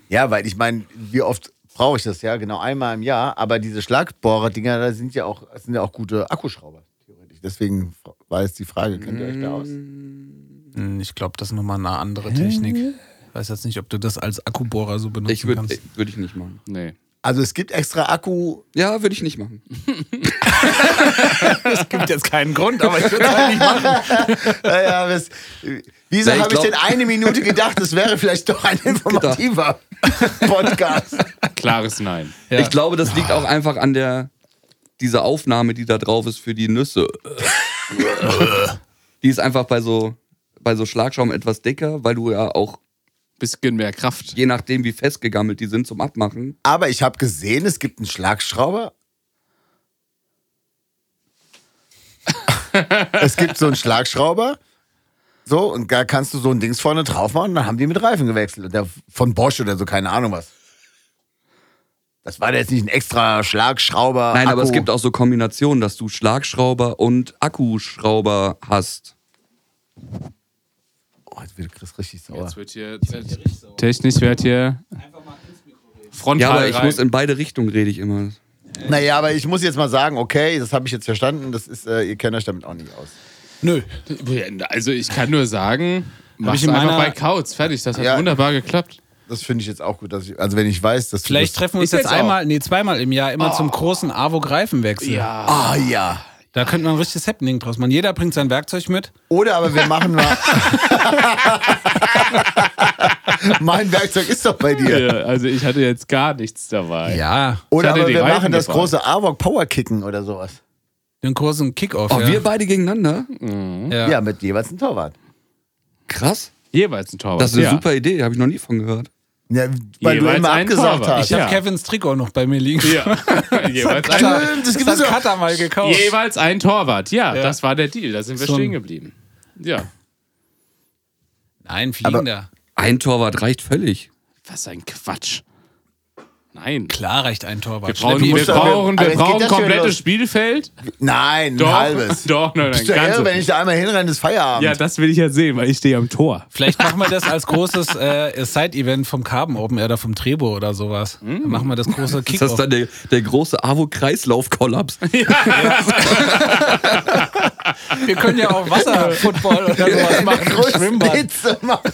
[SPEAKER 2] Ja, weil ich meine, wie oft brauche ich das ja? Genau einmal im Jahr. Aber diese Schlagbohrer-Dinger, da sind ja auch, sind ja auch gute Akkuschrauber, theoretisch. Deswegen war jetzt die Frage, kennt ihr euch da aus?
[SPEAKER 3] Mm.
[SPEAKER 4] Hm, Ich glaube, das ist nochmal eine andere Technik. Ich weiß jetzt nicht, ob du das als Akkubohrer so benutzen
[SPEAKER 5] Ich würde
[SPEAKER 4] kannst.
[SPEAKER 5] würd ich nicht machen.
[SPEAKER 3] Nee.
[SPEAKER 2] Also es gibt extra Akku.
[SPEAKER 5] Ja, würde ich nicht machen.
[SPEAKER 4] Es gibt jetzt keinen Grund, aber ich würde es halt nicht machen.
[SPEAKER 2] Naja, was, wieso
[SPEAKER 5] Ja, ich
[SPEAKER 2] habe ich
[SPEAKER 5] glaub- Genau.
[SPEAKER 2] denn eine Minute gedacht, es wäre vielleicht doch ein informativer Podcast?
[SPEAKER 3] Klares Nein.
[SPEAKER 4] Ja.
[SPEAKER 5] Ich glaube, das liegt auch einfach an der dieser Aufnahme, die da drauf ist für die Nüsse. die ist einfach bei so bei so Schlagschaum etwas dicker, weil du ja auch
[SPEAKER 3] Bisschen mehr Kraft.
[SPEAKER 5] je nachdem wie festgegammelt die sind zum Abmachen.
[SPEAKER 2] Aber ich habe gesehen, es gibt einen Schlagschrauber. es gibt so einen Schlagschrauber. So, und da kannst du so ein Dings vorne drauf machen, dann haben die mit Reifen gewechselt. Und Der von Bosch oder so, keine Ahnung was. Das war da jetzt nicht ein extra Oh, Schlagschrauber.
[SPEAKER 5] Nein,
[SPEAKER 2] Ah, Akku.
[SPEAKER 5] aber es gibt auch so Kombinationen, dass du Schlagschrauber und Akkuschrauber hast.
[SPEAKER 2] Oh, jetzt wird Chris richtig sauer.
[SPEAKER 3] Jetzt wird hier. Technisch wird hier. Frontal
[SPEAKER 5] Ja, aber ich
[SPEAKER 3] rein.
[SPEAKER 5] muss in beide Richtungen rede ich immer.
[SPEAKER 2] Naja, aber ich muss jetzt mal sagen, okay, das habe ich jetzt verstanden. Das ist, äh, ihr kennt euch damit auch nicht aus.
[SPEAKER 4] Nö.
[SPEAKER 3] Also ich kann nur sagen, mach
[SPEAKER 4] ich
[SPEAKER 3] ich
[SPEAKER 4] in
[SPEAKER 3] einfach
[SPEAKER 4] meiner-
[SPEAKER 3] bei Kauz. Fertig. Das hat
[SPEAKER 2] Ja.
[SPEAKER 3] wunderbar geklappt.
[SPEAKER 2] Das finde ich jetzt auch gut. Dass ich, also wenn ich weiß, dass du
[SPEAKER 4] Vielleicht
[SPEAKER 2] das,
[SPEAKER 4] treffen wir uns
[SPEAKER 3] Ich
[SPEAKER 4] jetzt
[SPEAKER 3] jetzt auch.
[SPEAKER 4] einmal, nee, zweimal im Jahr immer zum großen AWO-Greifenwechsel.
[SPEAKER 2] Ah ja.
[SPEAKER 4] Da könnte man ein richtiges Happening draus machen. Jeder bringt sein Werkzeug mit.
[SPEAKER 2] Oder aber wir machen mal. mein Werkzeug ist doch bei dir.
[SPEAKER 3] Ja, also ich hatte jetzt gar nichts dabei.
[SPEAKER 4] Ja.
[SPEAKER 3] Ich
[SPEAKER 2] Oder
[SPEAKER 3] hatte
[SPEAKER 2] aber
[SPEAKER 3] die
[SPEAKER 2] wir
[SPEAKER 3] Reifen
[SPEAKER 2] machen das
[SPEAKER 3] gefahren.
[SPEAKER 2] große AWOC Powerkicken oder sowas.
[SPEAKER 4] Den kurzen Kickoff.
[SPEAKER 5] Oh,
[SPEAKER 4] ja.
[SPEAKER 5] wir beide gegeneinander?
[SPEAKER 4] ja.
[SPEAKER 2] Ja, mit jeweils einem Torwart.
[SPEAKER 5] Krass.
[SPEAKER 3] Jeweils ein Torwart.
[SPEAKER 5] Das ist eine
[SPEAKER 3] ja.
[SPEAKER 5] super Idee, habe ich noch nie von gehört.
[SPEAKER 2] Ja, weil
[SPEAKER 3] Jeweils
[SPEAKER 2] du immer
[SPEAKER 3] einen
[SPEAKER 2] abgesagt
[SPEAKER 3] Torwart.
[SPEAKER 2] hast.
[SPEAKER 4] Ich habe
[SPEAKER 3] Ja.
[SPEAKER 4] Kevins Trikot noch bei mir liegen.
[SPEAKER 3] Ja. jeweils,
[SPEAKER 4] Das
[SPEAKER 3] ein,
[SPEAKER 4] hat-
[SPEAKER 2] das gibt
[SPEAKER 4] das
[SPEAKER 2] es
[SPEAKER 4] hat
[SPEAKER 2] auch.
[SPEAKER 4] Cutter mal gekauft.
[SPEAKER 3] jeweils ein Torwart. Ja,
[SPEAKER 4] Ja.
[SPEAKER 3] das war der Deal. Da sind wir
[SPEAKER 4] So ein-
[SPEAKER 3] stehen geblieben. Ja.
[SPEAKER 4] Nein, fliegender.
[SPEAKER 5] Ein Torwart reicht völlig.
[SPEAKER 3] Was ein Quatsch. Nein.
[SPEAKER 4] Klar reicht ein Torwart.
[SPEAKER 3] Wir brauchen,
[SPEAKER 4] Schleppi
[SPEAKER 3] wir
[SPEAKER 4] muss doch-
[SPEAKER 3] brauchen,
[SPEAKER 2] aber
[SPEAKER 3] wir
[SPEAKER 2] es geht
[SPEAKER 3] brauchen
[SPEAKER 2] das schon
[SPEAKER 3] komplettes
[SPEAKER 2] los.
[SPEAKER 3] Spielfeld.
[SPEAKER 2] Nein,
[SPEAKER 3] Doch,
[SPEAKER 2] ein halbes.
[SPEAKER 3] doch, nein, nein,
[SPEAKER 2] Bist du
[SPEAKER 3] ganz
[SPEAKER 2] irre,
[SPEAKER 3] so
[SPEAKER 2] wenn ich da einmal hinrenne, ist Feierabend.
[SPEAKER 3] Ja, das will ich ja sehen, weil ich stehe am Tor.
[SPEAKER 4] Vielleicht machen wir das als großes äh, Side-Event vom Carbon Open Air oder vom Trebo oder sowas. Dann machen wir das große
[SPEAKER 5] Ist das
[SPEAKER 4] Kickoff.
[SPEAKER 5] dann der, der große AWO-Kreislauf-Kollaps?
[SPEAKER 4] Wir können ja auch Wasserfootball oder sowas machen.
[SPEAKER 2] Größten
[SPEAKER 4] Schwimmbad.
[SPEAKER 2] Hitze machen.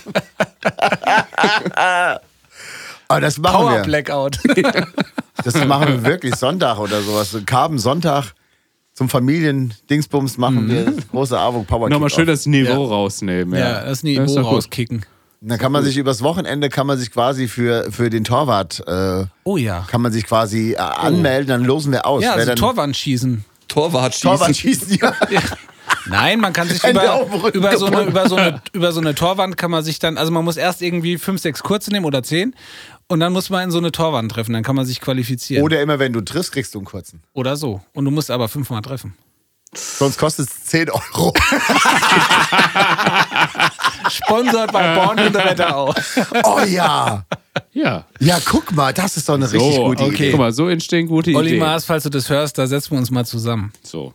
[SPEAKER 2] Aber das machen
[SPEAKER 4] Power
[SPEAKER 2] wir.
[SPEAKER 4] Blackout.
[SPEAKER 2] Das machen wir wirklich Sonntag oder sowas. So Karben Sonntag zum Familien-Dingsbums machen wir
[SPEAKER 4] Mhm.
[SPEAKER 2] das große AWO Power
[SPEAKER 3] Nochmal schön
[SPEAKER 2] Kick-Off.
[SPEAKER 3] das Niveau rausnehmen. Ja,
[SPEAKER 4] ja, das
[SPEAKER 3] ist
[SPEAKER 4] Niveau
[SPEAKER 3] doch gut.
[SPEAKER 4] rauskicken.
[SPEAKER 2] Und Dann kann man sich übers Wochenende kann man sich quasi für, für den Torwart äh,
[SPEAKER 4] Oh ja.
[SPEAKER 2] kann man sich quasi äh, anmelden, dann losen wir aus.
[SPEAKER 4] Oh. Ja,
[SPEAKER 2] Wer
[SPEAKER 4] also
[SPEAKER 2] dann
[SPEAKER 4] Torwand schießen.
[SPEAKER 5] Torwart schießen.
[SPEAKER 2] Torwart schießen, ja.
[SPEAKER 4] Nein, man kann sich
[SPEAKER 2] Hände
[SPEAKER 4] über,
[SPEAKER 2] auf den Rücken
[SPEAKER 4] über, so eine,
[SPEAKER 2] gebunden.
[SPEAKER 4] über, so eine, über so eine Torwand kann man sich dann, also man muss erst irgendwie fünf, sechs kurze nehmen oder zehn und dann muss man in so eine Torwand treffen, dann kann man sich qualifizieren.
[SPEAKER 2] Oder immer wenn du triffst, kriegst du einen kurzen.
[SPEAKER 4] Oder so. Und du musst aber fünfmal treffen.
[SPEAKER 2] Sonst kostet es 10 Euro.
[SPEAKER 4] Sponsert bei Born in the Wetterau.
[SPEAKER 2] Oh ja.
[SPEAKER 3] Ja.
[SPEAKER 2] Ja, guck mal, das ist doch eine richtig
[SPEAKER 3] So,
[SPEAKER 2] gute
[SPEAKER 3] okay.
[SPEAKER 2] Idee.
[SPEAKER 3] Guck mal, so entstehen gute
[SPEAKER 4] Olli
[SPEAKER 3] Ideen.
[SPEAKER 4] Maas, falls du das hörst, da setzen wir uns mal zusammen.
[SPEAKER 3] So.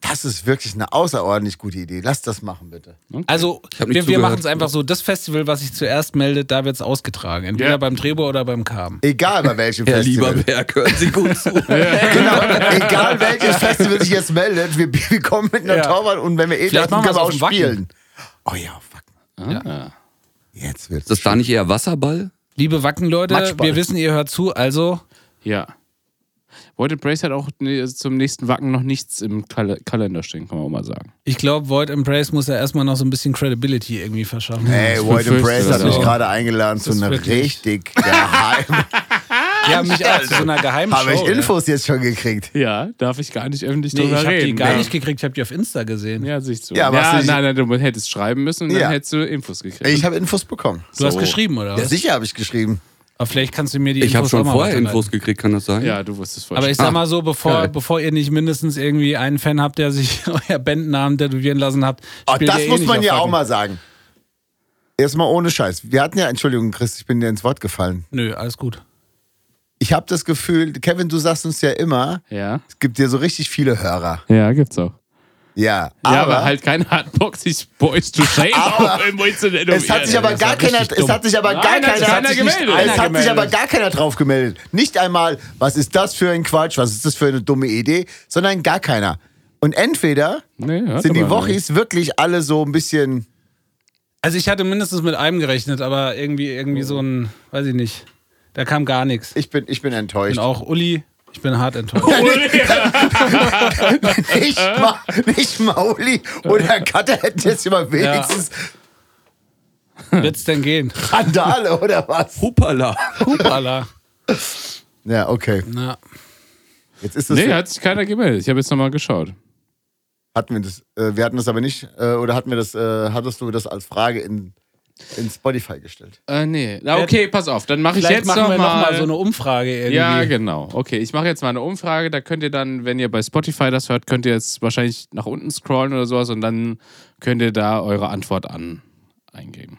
[SPEAKER 2] Das ist wirklich eine außerordentlich gute Idee. Lass das machen, bitte.
[SPEAKER 4] Also,
[SPEAKER 5] hab nicht
[SPEAKER 4] wir, wir
[SPEAKER 5] zugehört.
[SPEAKER 4] machen es einfach so. Das Festival, was sich zuerst meldet, da wird es ausgetragen. Entweder
[SPEAKER 3] Ja.
[SPEAKER 4] beim Drehbo oder beim Carmen.
[SPEAKER 2] Egal bei welchem
[SPEAKER 5] Herr
[SPEAKER 2] Festival.
[SPEAKER 5] Lieberberg, hören Sie gut zu.
[SPEAKER 2] Genau. Egal welches Festival sich jetzt meldet, wir, wir kommen mit einer
[SPEAKER 4] Ja.
[SPEAKER 2] Torwart und wenn wir eh lassen,
[SPEAKER 4] Vielleicht machen wir
[SPEAKER 2] können wir auch
[SPEAKER 4] es auf dem
[SPEAKER 2] spielen. Oh ja, fuck.
[SPEAKER 3] Ah.
[SPEAKER 2] Jetzt wird's.
[SPEAKER 5] Ist das da nicht eher Wasserball?
[SPEAKER 4] Liebe Wacken-Leute,
[SPEAKER 2] Matschball.
[SPEAKER 4] wir wissen, ihr hört zu, also
[SPEAKER 3] Ja. Wollte Brace hat auch ne- zum nächsten Wacken noch nichts im Kal Kalender stehen, kann man auch mal sagen.
[SPEAKER 4] ich glaube, Void Embrace muss ja erstmal noch so ein bisschen Credibility irgendwie verschaffen.
[SPEAKER 2] Ey,
[SPEAKER 3] Das
[SPEAKER 2] White
[SPEAKER 3] ist
[SPEAKER 2] Brace hat
[SPEAKER 3] fürchterlich.
[SPEAKER 2] mich gerade eingeladen zu
[SPEAKER 4] ist
[SPEAKER 2] einer
[SPEAKER 4] wirklich-
[SPEAKER 2] richtig geheimen.
[SPEAKER 4] Die haben mich auch zu so einer geheimen
[SPEAKER 2] Habe
[SPEAKER 4] Show,
[SPEAKER 2] ich
[SPEAKER 4] ne?
[SPEAKER 2] Infos jetzt schon gekriegt?
[SPEAKER 3] Ja, darf ich gar nicht öffentlich
[SPEAKER 4] Nee, ich
[SPEAKER 3] drüber
[SPEAKER 4] habe
[SPEAKER 3] reden.
[SPEAKER 4] die gar
[SPEAKER 3] ja.
[SPEAKER 4] nicht gekriegt, ich habe die auf Insta gesehen.
[SPEAKER 3] Ja, sich so.
[SPEAKER 2] Ja,
[SPEAKER 3] Ja,
[SPEAKER 2] aber hast du
[SPEAKER 3] nein,
[SPEAKER 2] nicht-
[SPEAKER 3] nein, du hättest schreiben müssen und dann
[SPEAKER 2] Ja.
[SPEAKER 3] hättest du Infos gekriegt.
[SPEAKER 2] Ich habe Infos bekommen.
[SPEAKER 4] Du hast geschrieben, oder
[SPEAKER 2] Ja,
[SPEAKER 4] was?
[SPEAKER 2] sicher habe ich geschrieben.
[SPEAKER 4] Aber vielleicht kannst du mir die
[SPEAKER 5] Ich habe
[SPEAKER 4] Infos
[SPEAKER 5] schon
[SPEAKER 4] auch mal
[SPEAKER 5] vorher
[SPEAKER 4] weiterleiten.
[SPEAKER 5] Infos gekriegt, kann das sein?
[SPEAKER 3] ja, du wusstest vorher.
[SPEAKER 4] Aber ich
[SPEAKER 3] schon.
[SPEAKER 4] sag mal so, bevor,
[SPEAKER 5] geil.
[SPEAKER 4] bevor ihr nicht mindestens irgendwie einen Fan habt, der sich euer Bandnamen tätowieren lassen habt,
[SPEAKER 2] Oh,
[SPEAKER 4] spielt ihr
[SPEAKER 2] das
[SPEAKER 4] eh
[SPEAKER 2] muss
[SPEAKER 4] nicht
[SPEAKER 2] man
[SPEAKER 4] auf
[SPEAKER 2] ja auch
[SPEAKER 4] Wacken.
[SPEAKER 2] mal sagen. Erstmal ohne Scheiß. Wir hatten ja, Entschuldigung, Chris, ich bin dir ins Wort gefallen.
[SPEAKER 4] Nö, alles gut.
[SPEAKER 2] Ich habe das Gefühl, Kevin, du sagst uns ja immer,
[SPEAKER 3] ja.
[SPEAKER 2] es gibt dir so richtig viele Hörer.
[SPEAKER 3] ja, gibt's auch.
[SPEAKER 2] Ja,
[SPEAKER 3] Ja,
[SPEAKER 2] aber,
[SPEAKER 3] aber, halt kein Hardbox, ich Boys to Shame
[SPEAKER 2] Aber
[SPEAKER 3] auf emotionellen
[SPEAKER 2] es hat sich aber gar keiner, es hat sich aber gar
[SPEAKER 3] Nein, hat sich
[SPEAKER 2] keiner, es hat
[SPEAKER 3] keiner
[SPEAKER 2] sich nicht-
[SPEAKER 3] gemeldet.
[SPEAKER 2] es hat
[SPEAKER 4] Keiner
[SPEAKER 2] sich aber
[SPEAKER 4] gemeldet.
[SPEAKER 2] gar keiner drauf gemeldet. Nicht einmal, was ist das für ein Quatsch, was ist das für eine dumme Idee, sondern gar keiner. Und entweder
[SPEAKER 3] Nee, hört
[SPEAKER 2] sind die
[SPEAKER 3] aber
[SPEAKER 2] Wochis wirklich alle so ein bisschen,
[SPEAKER 4] Also ich hatte mindestens mit einem gerechnet, aber irgendwie, irgendwie so ein, weiß ich nicht, da kam gar nichts.
[SPEAKER 2] ich bin, ich bin
[SPEAKER 4] Ich
[SPEAKER 2] enttäuscht.
[SPEAKER 4] bin auch Uli, ich bin hart enttäuscht.
[SPEAKER 2] nicht,
[SPEAKER 3] Äh?
[SPEAKER 2] Ma nicht Mauli oder Katte hätten jetzt immer wenigstens
[SPEAKER 4] Wird's denn gehen?
[SPEAKER 2] Randale oder was?
[SPEAKER 5] Hupala.
[SPEAKER 4] Hupala.
[SPEAKER 2] Ja, okay.
[SPEAKER 4] Na,
[SPEAKER 2] Jetzt ist das,
[SPEAKER 3] Nee, hat sich keiner gemeldet. Ich habe jetzt nochmal geschaut.
[SPEAKER 2] hatten wir das, äh, wir hatten das aber nicht, äh, oder hatten wir das, äh, hattest du das als Frage in, in Spotify gestellt?
[SPEAKER 3] Äh, nee. Na, okay, pass auf, dann mache ich
[SPEAKER 4] vielleicht
[SPEAKER 3] jetzt
[SPEAKER 4] machen
[SPEAKER 3] nochmal
[SPEAKER 4] wir nochmal so eine Umfrage irgendwie.
[SPEAKER 3] Ja, genau. Okay, ich mache jetzt mal eine Umfrage. Da könnt ihr dann, wenn ihr bei Spotify das hört, könnt ihr jetzt wahrscheinlich nach unten scrollen oder sowas und dann könnt ihr da eure Antwort an eingeben.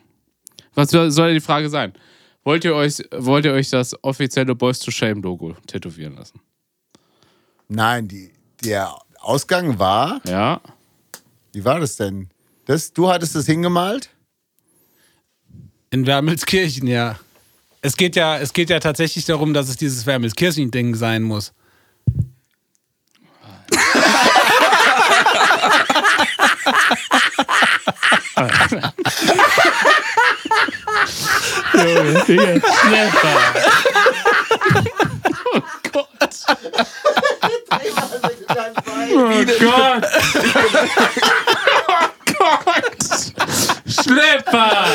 [SPEAKER 3] Was soll soll die Frage sein? Wollt ihr euch, wollt ihr euch das offizielle Boys to Shame Logo tätowieren lassen?
[SPEAKER 2] Nein, die, der Ausgang war,
[SPEAKER 3] Ja.
[SPEAKER 2] wie war das denn? Das, du hattest das hingemalt?
[SPEAKER 4] In Wermelskirchen, ja. Es geht ja, es geht ja tatsächlich darum, dass es dieses Wermelskirchen-Ding sein muss. Oh
[SPEAKER 3] Oh
[SPEAKER 2] Wie
[SPEAKER 3] Gott! oh Gott! Schlepper!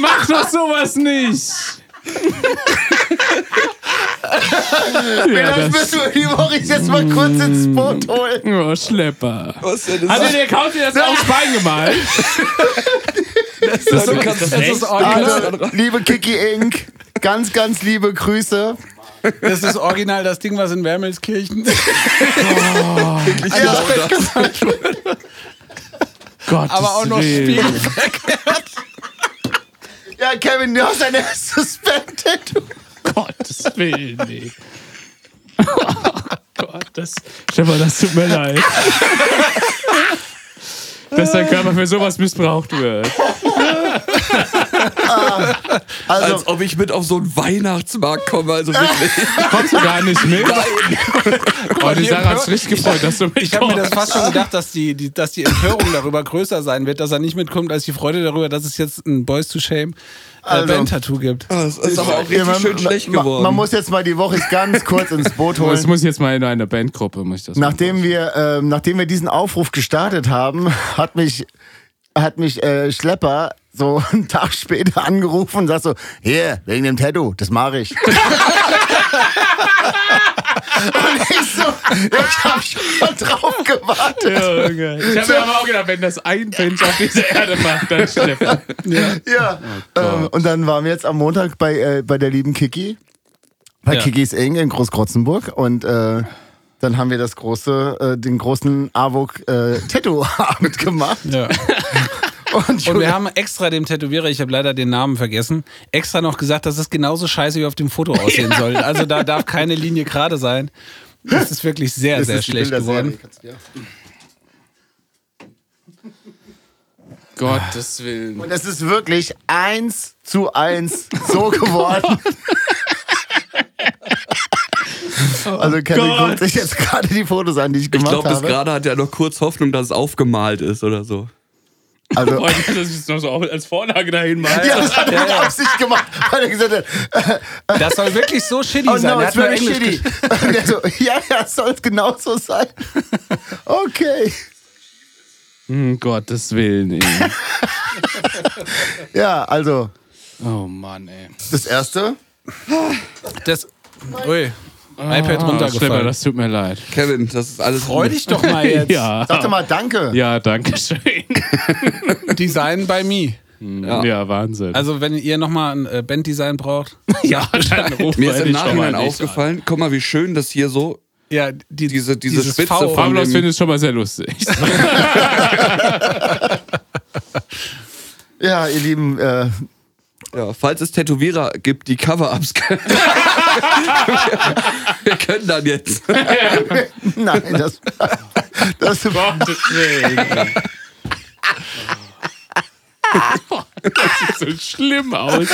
[SPEAKER 3] Mach doch sowas nicht! ja,
[SPEAKER 2] Vielleicht
[SPEAKER 3] das,
[SPEAKER 2] müssen wir die Morris jetzt mal kurz ins Boot holen.
[SPEAKER 3] oh, Schlepper.
[SPEAKER 5] Was denn?
[SPEAKER 3] Hat dir der Country das aufs Bein gemalt?
[SPEAKER 5] das, kannst, das
[SPEAKER 4] ist
[SPEAKER 2] Also, liebe Kiki Inc., ganz, ganz liebe Grüße.
[SPEAKER 4] Das ist original das Ding, was in Wermelskirchen.
[SPEAKER 5] wirklich genau das.
[SPEAKER 3] Gott,
[SPEAKER 4] Aber auch noch Spiel.
[SPEAKER 2] Ja, Kevin, du hast ein erstes Fan-Tattoo.
[SPEAKER 3] Gottes Willen, nee. Oh Gott, das. Stefan, das tut mir leid. Dass dein Körper für sowas missbraucht wird.
[SPEAKER 2] Also,
[SPEAKER 5] Als ob ich mit auf so einen Weihnachtsmarkt komme. Also wirklich.
[SPEAKER 3] Kommst du gar nicht mit? Oh, die
[SPEAKER 4] die
[SPEAKER 3] Sarah hat sich
[SPEAKER 4] Empörung-
[SPEAKER 3] richtig gefreut, dass du
[SPEAKER 4] Ich habe mir das
[SPEAKER 3] mitkommst.
[SPEAKER 4] fast schon gedacht, dass die, die, dass die Empörung darüber größer sein wird, dass er nicht mitkommt, als die Freude darüber, dass es jetzt ein Boys to Shame äh,
[SPEAKER 2] Also.
[SPEAKER 4] Band-Tattoo gibt.
[SPEAKER 5] Das ist aber auch richtig
[SPEAKER 2] ja, man-
[SPEAKER 5] schön schlecht
[SPEAKER 2] man,
[SPEAKER 5] geworden.
[SPEAKER 2] Man muss jetzt mal die Woche ganz kurz ins Boot holen.
[SPEAKER 3] Das muss ich jetzt mal in einer Bandgruppe, muss ich das machen.
[SPEAKER 2] Nachdem wir, ähm, nachdem wir diesen Aufruf gestartet haben, hat mich, hat mich äh, Schlepper so einen Tag später angerufen und sagt so, hier, wegen dem Tattoo, das mache ich. und ich so, ich habe schon drauf gewartet.
[SPEAKER 3] Junge. Ich habe mir aber auch gedacht, wenn das ein Mensch auf dieser Erde macht, dann Stefan.
[SPEAKER 2] Ja.
[SPEAKER 4] Oh
[SPEAKER 2] ähm, und dann waren wir jetzt am Montag bei, äh, bei der lieben Kiki, bei
[SPEAKER 4] Ja.
[SPEAKER 2] Kikis Eng in Großkrotzenburg und äh, dann haben wir das große, äh, den großen AWOK äh, Tattoo-Abend gemacht.
[SPEAKER 4] Ja.
[SPEAKER 2] Und,
[SPEAKER 4] Und wir haben extra dem Tätowierer, ich habe leider den Namen vergessen, extra noch gesagt, dass es genauso scheiße wie auf dem Foto aussehen soll. Also da darf keine Linie gerade sein. Das ist wirklich sehr,
[SPEAKER 2] Das
[SPEAKER 4] sehr
[SPEAKER 2] ist die
[SPEAKER 4] schlecht
[SPEAKER 2] Bilderserie.
[SPEAKER 4] geworden.
[SPEAKER 3] Gottes Willen.
[SPEAKER 2] Und es ist wirklich eins zu eins so geworden. also Kevin
[SPEAKER 3] Gott.
[SPEAKER 2] guckt sich jetzt gerade die Fotos an, die ich
[SPEAKER 5] ich
[SPEAKER 2] gemacht
[SPEAKER 5] glaube, bis
[SPEAKER 2] habe.
[SPEAKER 5] gerade hat er noch kurz Hoffnung, dass es aufgemalt ist oder so.
[SPEAKER 2] Also
[SPEAKER 3] Boah, ich hätte Oh, das jetzt noch so auch als Vorlage dahin machen.
[SPEAKER 2] ja, das hat er mit Absicht gemacht, weil er gesagt hat,
[SPEAKER 4] Das soll wirklich so shitty
[SPEAKER 2] oh
[SPEAKER 4] sein.
[SPEAKER 2] no,
[SPEAKER 4] Er
[SPEAKER 2] it's
[SPEAKER 4] hat nur
[SPEAKER 2] very
[SPEAKER 4] Englisch
[SPEAKER 2] shitty. Und er so, ja, ja, es soll genau so sein. Okay.
[SPEAKER 3] Um Gottes Willen, ey.
[SPEAKER 2] Ja, also,
[SPEAKER 3] Oh Mann, ey.
[SPEAKER 2] das erste.
[SPEAKER 4] gesch- Das, ui, iPad
[SPEAKER 3] Ah, Stefan,
[SPEAKER 4] runtergefallen.
[SPEAKER 3] das tut mir leid.
[SPEAKER 5] Kevin, das ist alles.
[SPEAKER 4] Freu dich doch mal jetzt.
[SPEAKER 3] Ja.
[SPEAKER 2] Sag doch mal Danke.
[SPEAKER 3] Ja, danke schön.
[SPEAKER 4] Design by me.
[SPEAKER 3] Ja, Wahnsinn.
[SPEAKER 4] Also wenn ihr nochmal ein äh, Banddesign braucht.
[SPEAKER 3] ja, dann ruft
[SPEAKER 5] Mir ist im Nachhinein aufgefallen, guck mal, wie schön das hier so.
[SPEAKER 4] Ja, die,
[SPEAKER 5] Diese- diese
[SPEAKER 4] dieses
[SPEAKER 5] Spitze
[SPEAKER 4] V.
[SPEAKER 5] von-
[SPEAKER 3] Pavlos
[SPEAKER 5] dem-
[SPEAKER 3] findet es schon mal sehr lustig.
[SPEAKER 2] Ja, ihr Lieben, äh,
[SPEAKER 5] Ja, falls es Tätowierer gibt, die Cover-Ups können. wir können dann jetzt.
[SPEAKER 2] nein, das, das
[SPEAKER 3] Gottes Willen. Das sieht so schlimm aus.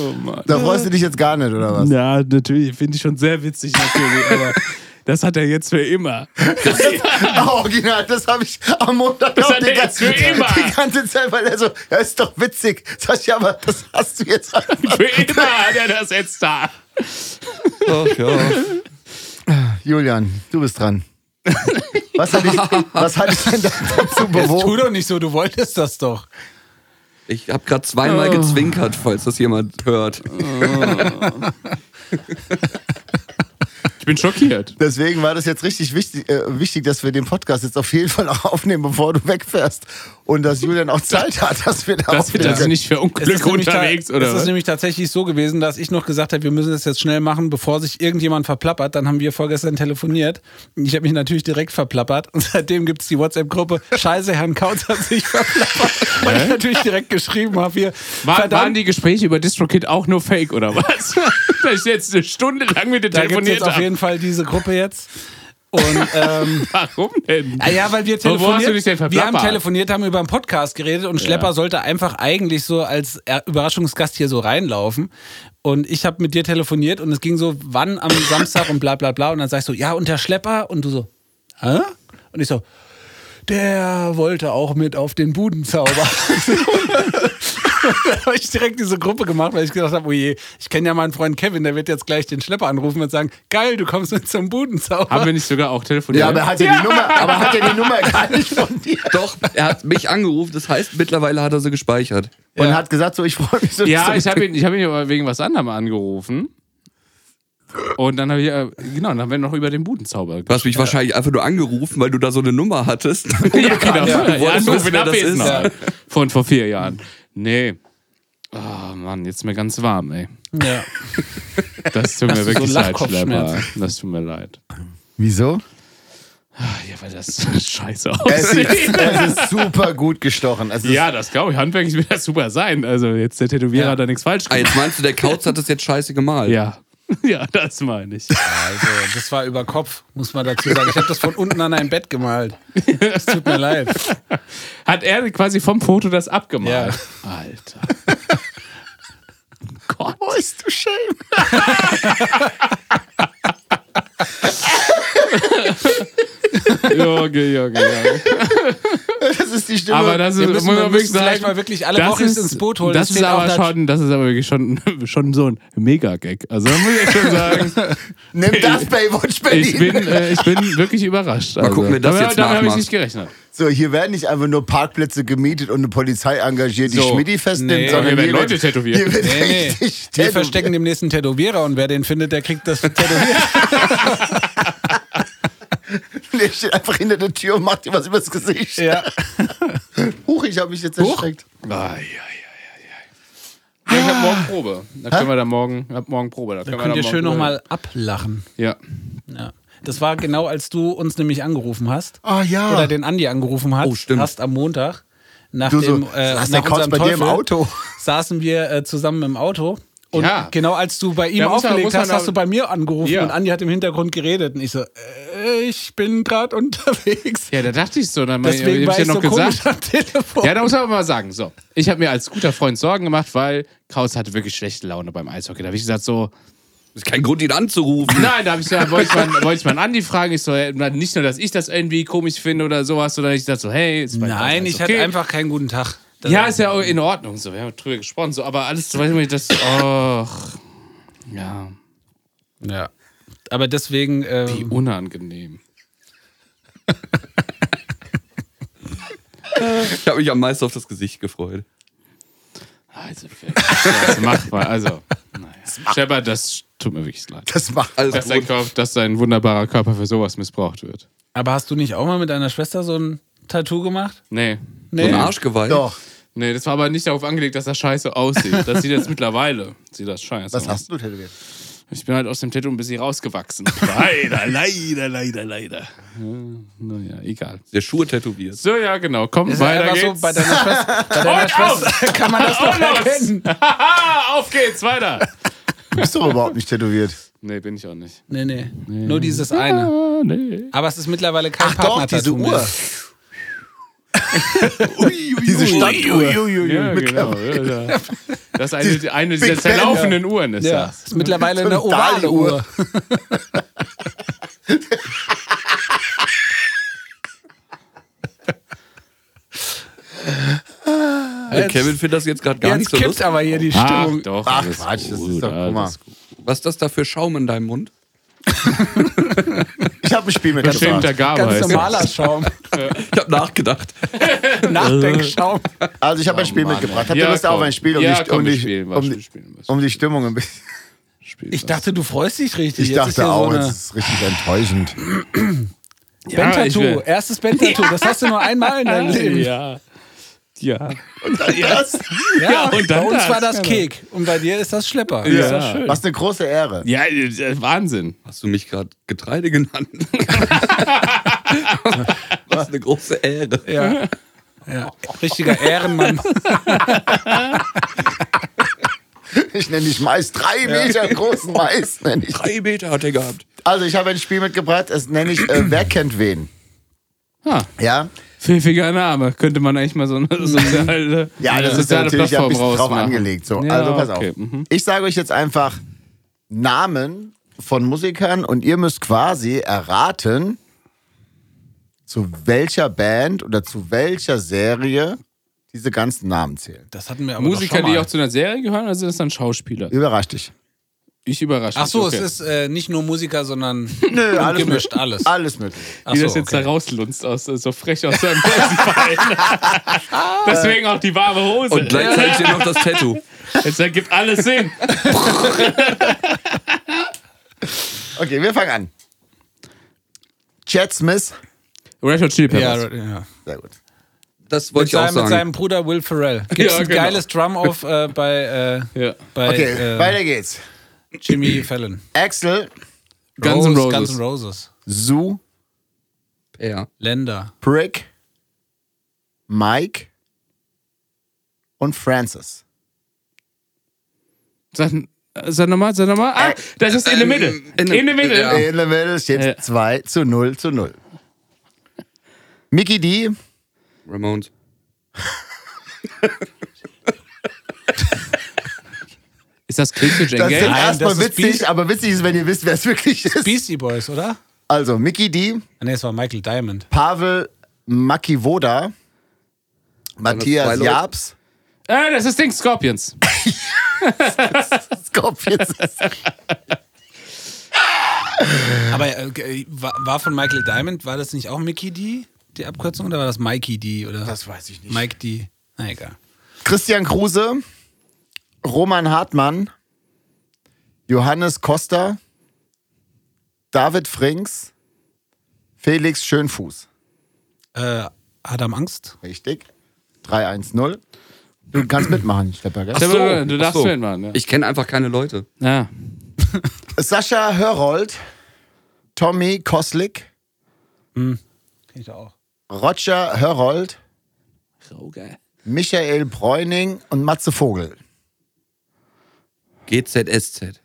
[SPEAKER 3] oh Mann.
[SPEAKER 2] da freust du dich jetzt gar nicht, oder was?
[SPEAKER 3] Ja, natürlich, finde ich schon sehr witzig, natürlich, aber das hat er jetzt für immer.
[SPEAKER 2] oh, Original, das habe ich am Montag
[SPEAKER 3] Das
[SPEAKER 2] auch
[SPEAKER 3] hat er jetzt für immer.
[SPEAKER 2] die ganze Zeit, weil er so, ja, ist doch witzig. Sag ich, aber das hast du jetzt einfach.
[SPEAKER 3] Für immer hat er das jetzt da.
[SPEAKER 5] Ach ja.
[SPEAKER 2] Julian, du bist dran. Was hat dich, was hat dich denn dazu
[SPEAKER 4] Jetzt tu
[SPEAKER 2] bewogen?
[SPEAKER 4] doch nicht so, du wolltest das doch.
[SPEAKER 5] Ich habe gerade zweimal gezwinkert, falls das jemand hört.
[SPEAKER 3] Ich bin schockiert.
[SPEAKER 2] Deswegen war das jetzt richtig wichtig, äh, wichtig, dass wir den Podcast jetzt auf jeden Fall auch aufnehmen, bevor du wegfährst. Und dass Julian auch Zeit hat, dass wir da
[SPEAKER 3] Dass wir
[SPEAKER 2] aufnehmen.
[SPEAKER 3] das also
[SPEAKER 2] können.
[SPEAKER 3] nicht für Unglück
[SPEAKER 4] nämlich ta-
[SPEAKER 3] unterwegs, oder?
[SPEAKER 4] es ist
[SPEAKER 3] was?
[SPEAKER 4] nämlich tatsächlich so gewesen, dass ich noch gesagt habe, wir müssen das jetzt schnell machen, bevor sich irgendjemand verplappert. Dann haben wir vorgestern telefoniert. Ich habe mich natürlich direkt verplappert. Und seitdem gibt es die WhatsApp-Gruppe, scheiße, Herrn Kautz hat sich verplappert. Weil ich natürlich direkt geschrieben habe
[SPEAKER 3] War,
[SPEAKER 4] hier,
[SPEAKER 3] waren
[SPEAKER 4] verdammt,
[SPEAKER 3] die Gespräche über DistroKid auch nur Fake oder was? Dass ich jetzt eine Stunde lang mit dir
[SPEAKER 4] da gibt es
[SPEAKER 3] telefoniert
[SPEAKER 4] jetzt auf
[SPEAKER 3] habe.
[SPEAKER 4] jeden Fall diese Gruppe jetzt. Und ähm,
[SPEAKER 3] Warum denn?
[SPEAKER 4] Ah ja, weil wir
[SPEAKER 3] Warum
[SPEAKER 4] telefoniert,
[SPEAKER 3] hast du dich denn
[SPEAKER 4] wir haben
[SPEAKER 3] verplappert?
[SPEAKER 4] telefoniert, haben über einen Podcast geredet und Schlepper
[SPEAKER 3] Ja.
[SPEAKER 4] sollte einfach eigentlich so als äh, Überraschungsgast hier so reinlaufen. Und ich habe mit dir telefoniert und es ging so, wann am Samstag und bla bla bla. Und dann sagst du, ja, und der Schlepper. Und du so, hä? Und ich so, der wollte auch mit auf den Budenzauber. da habe ich direkt diese Gruppe gemacht, weil ich gedacht habe, oh je, ich kenne ja meinen Freund Kevin, der wird jetzt gleich den Schlepper anrufen und sagen, geil, du kommst mit zum Budenzauber.
[SPEAKER 3] Haben wir nicht sogar auch telefoniert?
[SPEAKER 2] Ja, aber er hat ja, Die Nummer, aber hat ja die Nummer gar nicht von dir.
[SPEAKER 5] Doch, er hat mich angerufen, das heißt, mittlerweile hat er sie gespeichert.
[SPEAKER 2] Und hat gesagt, so, ich freue mich so.
[SPEAKER 3] Ja,
[SPEAKER 2] so-
[SPEAKER 3] ich habe ihn, ich hab ihn aber wegen was anderem angerufen. Und dann habe ich, äh, genau, dann haben wir noch über den Budenzauber
[SPEAKER 5] Du hast mich wahrscheinlich einfach nur angerufen, weil du da so eine Nummer hattest.
[SPEAKER 3] Ja, genau. Ja,
[SPEAKER 5] Du wolltest
[SPEAKER 3] so
[SPEAKER 5] wissen, wer
[SPEAKER 3] knapp
[SPEAKER 5] das
[SPEAKER 3] jetzt
[SPEAKER 5] ist.
[SPEAKER 3] noch.
[SPEAKER 5] Ja.
[SPEAKER 3] Von vor vier Jahren. Nee. Ah, Mann, jetzt ist mir ganz warm, ey.
[SPEAKER 4] Ja.
[SPEAKER 3] Das tut
[SPEAKER 4] Hast
[SPEAKER 3] mir
[SPEAKER 4] du so
[SPEAKER 3] wirklich leid, Schlepper.
[SPEAKER 4] Lachkopfschmerzen?
[SPEAKER 3] Das tut mir leid.
[SPEAKER 2] Wieso?
[SPEAKER 3] Ah, Ja, weil das scheiße
[SPEAKER 2] Es
[SPEAKER 3] aussieht.
[SPEAKER 2] ist, es ist super gut gestochen. Es ist,
[SPEAKER 3] Ja, das glaube ich. Handwerklich wird das super sein. Also jetzt der Tätowierer
[SPEAKER 4] Ja.
[SPEAKER 3] hat da nichts falsch
[SPEAKER 5] Ah,
[SPEAKER 3] gemacht.
[SPEAKER 5] jetzt meinst du, der Kauz hat das jetzt scheiße gemalt?
[SPEAKER 3] Ja. Ja, das meine ich.
[SPEAKER 4] Also, das war über Kopf, muss man dazu sagen. Ich habe das von unten an ein Bett gemalt. Es tut mir leid.
[SPEAKER 3] Hat er quasi vom Foto das abgemalt? Alter. Gott.
[SPEAKER 2] Oh, ist du schön.
[SPEAKER 3] Junge, Junge, Junge.
[SPEAKER 2] Das ist die Stimme.
[SPEAKER 3] Aber das ist,
[SPEAKER 4] Wir müssen-
[SPEAKER 3] muss
[SPEAKER 4] wir
[SPEAKER 3] man
[SPEAKER 4] müssen vielleicht mal wirklich alle
[SPEAKER 3] das
[SPEAKER 4] Wochen ins Boot holen.
[SPEAKER 3] Das,
[SPEAKER 4] Das
[SPEAKER 3] ist
[SPEAKER 4] steht auch
[SPEAKER 3] aber
[SPEAKER 4] da-
[SPEAKER 3] schon, das ist aber wirklich schon, schon so ein Mega-Gag. Also da muss ich schon sagen,
[SPEAKER 2] Nimm das Baywatch Berlin.
[SPEAKER 3] ich bin, äh, ich bin wirklich überrascht. Mal
[SPEAKER 5] gucken, wer das
[SPEAKER 3] damit,
[SPEAKER 5] jetzt
[SPEAKER 3] Damit habe ich
[SPEAKER 5] nachmacht.
[SPEAKER 3] nicht gerechnet.
[SPEAKER 2] So, hier werden nicht einfach nur Parkplätze gemietet und eine Polizei engagiert, die
[SPEAKER 3] So.
[SPEAKER 2] Schmidti festnimmt,
[SPEAKER 4] Nee,
[SPEAKER 2] sondern
[SPEAKER 3] hier werden
[SPEAKER 2] wird-
[SPEAKER 3] Leute tätowiert.
[SPEAKER 2] Hier wird
[SPEAKER 4] Nee, nee.
[SPEAKER 2] richtig
[SPEAKER 4] Wir
[SPEAKER 2] tätowiert.
[SPEAKER 4] verstecken demnächst einen Tätowierer und wer den findet, der kriegt das tätowiert.
[SPEAKER 2] Der steht einfach hinter der Tür und macht dir was übers Gesicht.
[SPEAKER 4] Ja.
[SPEAKER 2] Huch, ich habe mich jetzt
[SPEAKER 4] Huch.
[SPEAKER 2] erschreckt.
[SPEAKER 3] Ah, ja, ja, ja, ja. Ja, ich habe morgen Probe. Da können wir da morgen, ich hab morgen Probe. Ah. Da,
[SPEAKER 4] Da
[SPEAKER 3] können
[SPEAKER 4] könnt
[SPEAKER 3] wir
[SPEAKER 4] ihr
[SPEAKER 3] da
[SPEAKER 4] schön
[SPEAKER 3] morgen drüber-
[SPEAKER 4] nochmal ablachen.
[SPEAKER 3] Ja.
[SPEAKER 4] Ja. Das war genau, als du uns nämlich angerufen hast.
[SPEAKER 2] Ah, ja.
[SPEAKER 4] Oder den Andi angerufen hast.
[SPEAKER 5] Oh, stimmt.
[SPEAKER 4] Hast am Montag. Nach
[SPEAKER 2] Du so,
[SPEAKER 4] dem, äh,
[SPEAKER 2] saß
[SPEAKER 4] nach
[SPEAKER 2] der Kauz
[SPEAKER 4] unserem
[SPEAKER 2] bei dir im
[SPEAKER 4] Teufel
[SPEAKER 2] Auto?
[SPEAKER 4] Saßen wir äh, zusammen im Auto. Und
[SPEAKER 3] Ja.
[SPEAKER 4] genau als du bei ihm
[SPEAKER 3] Ja, muss man-
[SPEAKER 4] aufgelegt
[SPEAKER 3] muss man
[SPEAKER 4] hast,
[SPEAKER 3] da-
[SPEAKER 4] hast du bei mir angerufen
[SPEAKER 3] Ja.
[SPEAKER 4] und Andi hat im Hintergrund geredet. Und ich so, äh, ich bin gerade unterwegs.
[SPEAKER 3] ja, da dachte ich so. Dann
[SPEAKER 4] Deswegen
[SPEAKER 3] hab
[SPEAKER 4] war
[SPEAKER 3] ich ja
[SPEAKER 4] ich
[SPEAKER 3] noch
[SPEAKER 4] so
[SPEAKER 3] gesagt.
[SPEAKER 4] komisch am Telefon.
[SPEAKER 3] Ja, da muss man aber mal sagen, so, ich habe mir als guter Freund Sorgen gemacht, weil Kraus hatte wirklich schlechte Laune beim Eishockey. Da habe ich gesagt, so,
[SPEAKER 5] Ist kein Grund, ihn anzurufen.
[SPEAKER 3] Nein, da hab ich ja, wollte ich, mal- wollte ich mal einen Andi fragen. Ich so, ja, na, nicht nur, dass ich das irgendwie komisch finde oder sowas, sondern ich dachte so, hey, ist bei
[SPEAKER 4] Nein,
[SPEAKER 3] Kraus alles
[SPEAKER 4] ich hatte einfach keinen guten Tag. Das-
[SPEAKER 3] Ja, ist ja auch in Ordnung. So, wir haben drüber gesprochen, so, aber alles, so, weiß ich nicht, das. Och. Ja,
[SPEAKER 4] ja. Aber deswegen. ähm,
[SPEAKER 3] wie unangenehm.
[SPEAKER 5] Ich habe mich am meisten auf das Gesicht gefreut.
[SPEAKER 3] Also, das macht mal. Also, naja. Shepard, das tut mir wirklich leid.
[SPEAKER 2] Das macht.
[SPEAKER 5] Alles
[SPEAKER 3] Dass dein,
[SPEAKER 5] gut.
[SPEAKER 3] Körper, dass dein wunderbarer Körper für sowas missbraucht wird.
[SPEAKER 4] Aber hast du nicht auch mal mit deiner Schwester so ein Tattoo gemacht?
[SPEAKER 3] Nee.
[SPEAKER 5] So ein Arschgeweih.
[SPEAKER 2] Doch.
[SPEAKER 3] Nee, das war aber nicht darauf angelegt, dass das scheiße aussieht. Das sieht jetzt mittlerweile. Sieht das scheiße
[SPEAKER 2] Was
[SPEAKER 3] aus.
[SPEAKER 2] hast du tätowiert?
[SPEAKER 3] Ich bin halt aus dem Tattoo ein bisschen rausgewachsen. leider, leider, leider, leider. Ja, naja, egal.
[SPEAKER 5] Der Schuhe tätowiert.
[SPEAKER 3] So, ja, genau. Komm,
[SPEAKER 4] Ist ja
[SPEAKER 3] weiter
[SPEAKER 4] einfach
[SPEAKER 3] geht's.
[SPEAKER 4] So, bei deiner Schwester, bei deiner
[SPEAKER 3] Und
[SPEAKER 4] Schwester
[SPEAKER 3] aus!
[SPEAKER 4] kann man das
[SPEAKER 3] Auch
[SPEAKER 4] noch
[SPEAKER 3] los!
[SPEAKER 4] erkennen.
[SPEAKER 3] Haha, auf geht's, weiter.
[SPEAKER 2] Du bist doch überhaupt nicht tätowiert.
[SPEAKER 3] Nee, bin ich auch nicht.
[SPEAKER 4] Nee, nee, Nur dieses eine.
[SPEAKER 3] Ah, nee.
[SPEAKER 4] Aber es ist mittlerweile kein
[SPEAKER 2] Doch,
[SPEAKER 4] Partner-Tattoo
[SPEAKER 2] diese
[SPEAKER 4] mehr.
[SPEAKER 2] Uhr. Diese Standuhr.
[SPEAKER 3] Ja, genau. Ja, ja. Das ist eine, die- eine
[SPEAKER 2] Big
[SPEAKER 3] dieser
[SPEAKER 2] Ben,
[SPEAKER 3] zerlaufenden Uhren, ist
[SPEAKER 4] Ja,
[SPEAKER 3] das.
[SPEAKER 4] ist mittlerweile eine
[SPEAKER 2] So eine
[SPEAKER 4] ovale
[SPEAKER 2] Dahluhr.
[SPEAKER 4] Uhr.
[SPEAKER 5] Der Kevin findet das jetzt gerade gar
[SPEAKER 4] Jetzt
[SPEAKER 5] nicht so
[SPEAKER 4] kippt
[SPEAKER 5] lustig.
[SPEAKER 4] aber hier die
[SPEAKER 3] Ach,
[SPEAKER 4] Stimmung.
[SPEAKER 3] Ah, doch.
[SPEAKER 2] Ach,
[SPEAKER 3] alles
[SPEAKER 2] Quatsch, das
[SPEAKER 3] gut,
[SPEAKER 2] ist doch, guck mal.
[SPEAKER 3] alles gut.
[SPEAKER 5] Was ist das da für Schaum in deinem Mund?
[SPEAKER 2] Ich habe ein Spiel
[SPEAKER 3] Bestimmt, der
[SPEAKER 2] mitgebracht.
[SPEAKER 3] Gabe
[SPEAKER 4] Ganz
[SPEAKER 3] heißt
[SPEAKER 4] normaler Schaum.
[SPEAKER 5] Ich habe nachgedacht.
[SPEAKER 4] Nachdenkschaum.
[SPEAKER 2] Also ich habe ein Spiel mitgebracht. Habt ihr
[SPEAKER 3] Oh Ja,
[SPEAKER 2] Lust auf
[SPEAKER 3] komm.
[SPEAKER 2] ein Spiel, um
[SPEAKER 3] Ja,
[SPEAKER 2] die-
[SPEAKER 3] komm,
[SPEAKER 2] um
[SPEAKER 3] wir
[SPEAKER 2] die-
[SPEAKER 3] spielen was,
[SPEAKER 2] um
[SPEAKER 3] wir spielen
[SPEAKER 2] die-
[SPEAKER 3] was.
[SPEAKER 2] um die Stimmung ein bisschen?
[SPEAKER 3] Spiel.
[SPEAKER 4] Ich dachte, du freust dich richtig.
[SPEAKER 2] Ich
[SPEAKER 4] Jetzt ist hier
[SPEAKER 2] dachte auch,
[SPEAKER 4] so
[SPEAKER 2] es
[SPEAKER 4] eine
[SPEAKER 2] ist richtig enttäuschend.
[SPEAKER 3] Ja, ich
[SPEAKER 4] Ben-Tattoo.
[SPEAKER 3] will-
[SPEAKER 4] Erstes Ben-Tattoo. Das hast du nur einmal in deinem Leben.
[SPEAKER 3] Ja. Ja.
[SPEAKER 2] Was?
[SPEAKER 4] Ja,
[SPEAKER 3] und
[SPEAKER 4] bei
[SPEAKER 3] dann
[SPEAKER 4] uns
[SPEAKER 3] das,
[SPEAKER 4] war das
[SPEAKER 3] genau.
[SPEAKER 4] Kek und bei dir ist das Schlepper.
[SPEAKER 3] Ja.
[SPEAKER 4] Das ist doch schön.
[SPEAKER 2] Was eine große Ehre.
[SPEAKER 3] Ja, äh, Wahnsinn.
[SPEAKER 5] Hast du mich gerade Getreide genannt? Was eine große Ehre.
[SPEAKER 4] Ja. Ja. Richtiger Ehrenmann.
[SPEAKER 2] Ich nenne dich Mais. Drei Meter großen Mais nenne ich.
[SPEAKER 5] Drei Meter hat er gehabt.
[SPEAKER 2] Also ich habe ein Spiel mitgebracht, das nenne ich äh, Wer kennt wen?
[SPEAKER 3] Ah,
[SPEAKER 2] Ja,
[SPEAKER 3] pfiffiger Name. Könnte man eigentlich mal so eine soziale,
[SPEAKER 2] ja das
[SPEAKER 3] eine
[SPEAKER 2] ist ja natürlich ja ein bisschen drauf
[SPEAKER 3] rausmachen.
[SPEAKER 2] angelegt. So.
[SPEAKER 3] Ja,
[SPEAKER 2] also pass
[SPEAKER 3] okay,
[SPEAKER 2] auf.
[SPEAKER 3] mhm.
[SPEAKER 2] Ich sage euch jetzt einfach Namen von Musikern und ihr müsst quasi erraten, zu welcher Band oder zu welcher Serie diese ganzen Namen zählen.
[SPEAKER 4] Das hatten wir aber
[SPEAKER 3] Musiker,
[SPEAKER 4] doch schon
[SPEAKER 3] die
[SPEAKER 4] mal.
[SPEAKER 3] auch zu einer Serie gehören, oder sind das dann Schauspieler?
[SPEAKER 2] Überrasch dich.
[SPEAKER 3] Ich überrasche
[SPEAKER 4] Ach so,
[SPEAKER 3] mich, okay.
[SPEAKER 4] es ist äh, nicht nur Musiker, sondern
[SPEAKER 2] Nö, alles
[SPEAKER 4] gemischt
[SPEAKER 2] möglich.
[SPEAKER 4] alles.
[SPEAKER 2] Alles möglich.
[SPEAKER 4] Ach
[SPEAKER 3] Wie
[SPEAKER 4] so,
[SPEAKER 3] das jetzt
[SPEAKER 4] okay.
[SPEAKER 3] da rauslunzt, aus, äh, so frech aus seinem Hosenbein. Deswegen auch die warme Hose.
[SPEAKER 5] Und gleichzeitig hier noch das Tattoo.
[SPEAKER 3] Jetzt ergibt alles Sinn.
[SPEAKER 2] Okay, wir fangen an. Chad Smith.
[SPEAKER 3] Red Hot Chili
[SPEAKER 4] Ja,
[SPEAKER 3] Peppers.
[SPEAKER 4] ja.
[SPEAKER 2] Sehr gut.
[SPEAKER 5] Das
[SPEAKER 4] Mit,
[SPEAKER 5] wollte ich auch
[SPEAKER 4] seinem, mit
[SPEAKER 5] sagen.
[SPEAKER 4] seinem Bruder Will Ferrell. Gibt's
[SPEAKER 3] Ja,
[SPEAKER 4] ein
[SPEAKER 3] genau.
[SPEAKER 4] geiles Drum-Off äh, bei, äh,
[SPEAKER 3] Ja.
[SPEAKER 4] bei
[SPEAKER 2] Okay,
[SPEAKER 4] äh,
[SPEAKER 2] weiter geht's.
[SPEAKER 4] Jimmy Fallon.
[SPEAKER 2] Axel,
[SPEAKER 3] Guns N'
[SPEAKER 4] Rose,
[SPEAKER 3] Roses.
[SPEAKER 4] Guns N' Roses.
[SPEAKER 2] Sue,
[SPEAKER 5] Ja.
[SPEAKER 4] Länder.
[SPEAKER 2] Prick, Mike und Francis.
[SPEAKER 3] Sag, äh, sag nochmal, sag nochmal.
[SPEAKER 4] Äh,
[SPEAKER 3] Ah, das ist in the middle. In
[SPEAKER 5] in the-
[SPEAKER 3] the, middle.
[SPEAKER 5] ja.
[SPEAKER 2] In der Mitte
[SPEAKER 3] Ja.
[SPEAKER 2] steht 2 zu 0 zu 0. Mickey D,
[SPEAKER 5] Ramones.
[SPEAKER 3] Ist das Kriegswitch
[SPEAKER 2] das sind
[SPEAKER 3] Engel?
[SPEAKER 4] Nein,
[SPEAKER 2] erstmal
[SPEAKER 4] das ist Beast-
[SPEAKER 2] witzig, aber witzig ist, wenn ihr wisst, wer es wirklich ist.
[SPEAKER 4] Beastie Boys, oder?
[SPEAKER 2] Also, Mickey D,
[SPEAKER 4] Ah, Nee, es war Michael Diamond.
[SPEAKER 2] Pavel Makivoda,
[SPEAKER 5] zwei
[SPEAKER 2] Matthias
[SPEAKER 5] Leute.
[SPEAKER 2] Jabs,
[SPEAKER 3] Äh, das ist Ding Scorpions.
[SPEAKER 2] Scorpions.
[SPEAKER 4] Aber äh, war, war von Michael Diamond, war das nicht auch Mickey D, die Abkürzung, oder war das Mikey D? Oder? Das weiß ich nicht. Mike D. Na egal.
[SPEAKER 2] Christian Kruse, Roman Hartmann, Johannes Costa, David Frings, Felix Schönfuß.
[SPEAKER 4] Äh, Adam Angst?
[SPEAKER 2] Richtig. 3-1-0. Du kannst mitmachen, Stepper.
[SPEAKER 3] Ach
[SPEAKER 2] gell?
[SPEAKER 3] so, du darfst
[SPEAKER 5] Ach so.
[SPEAKER 3] mitmachen, ja.
[SPEAKER 5] Ich kenne einfach keine Leute.
[SPEAKER 3] Ja.
[SPEAKER 2] Sascha Hörold, Tommy Koslik,
[SPEAKER 4] Kenn ich auch.
[SPEAKER 2] Roger Hörold,
[SPEAKER 3] Roger.
[SPEAKER 2] Michael Bräuning und Matze Vogel.
[SPEAKER 5] GZSZ.